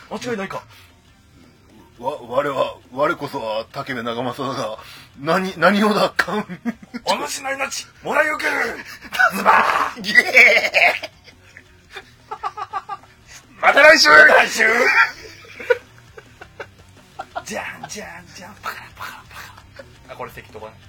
間違いないか。
わ、我は、我こそは竹部長政だが、何、何をだ、関運。
お主なりなち、もらい受ける。
イエーイまた来 週
来週。じゃんじゃんじゃん、パカラパカラパカラ。あ、これ適当だね。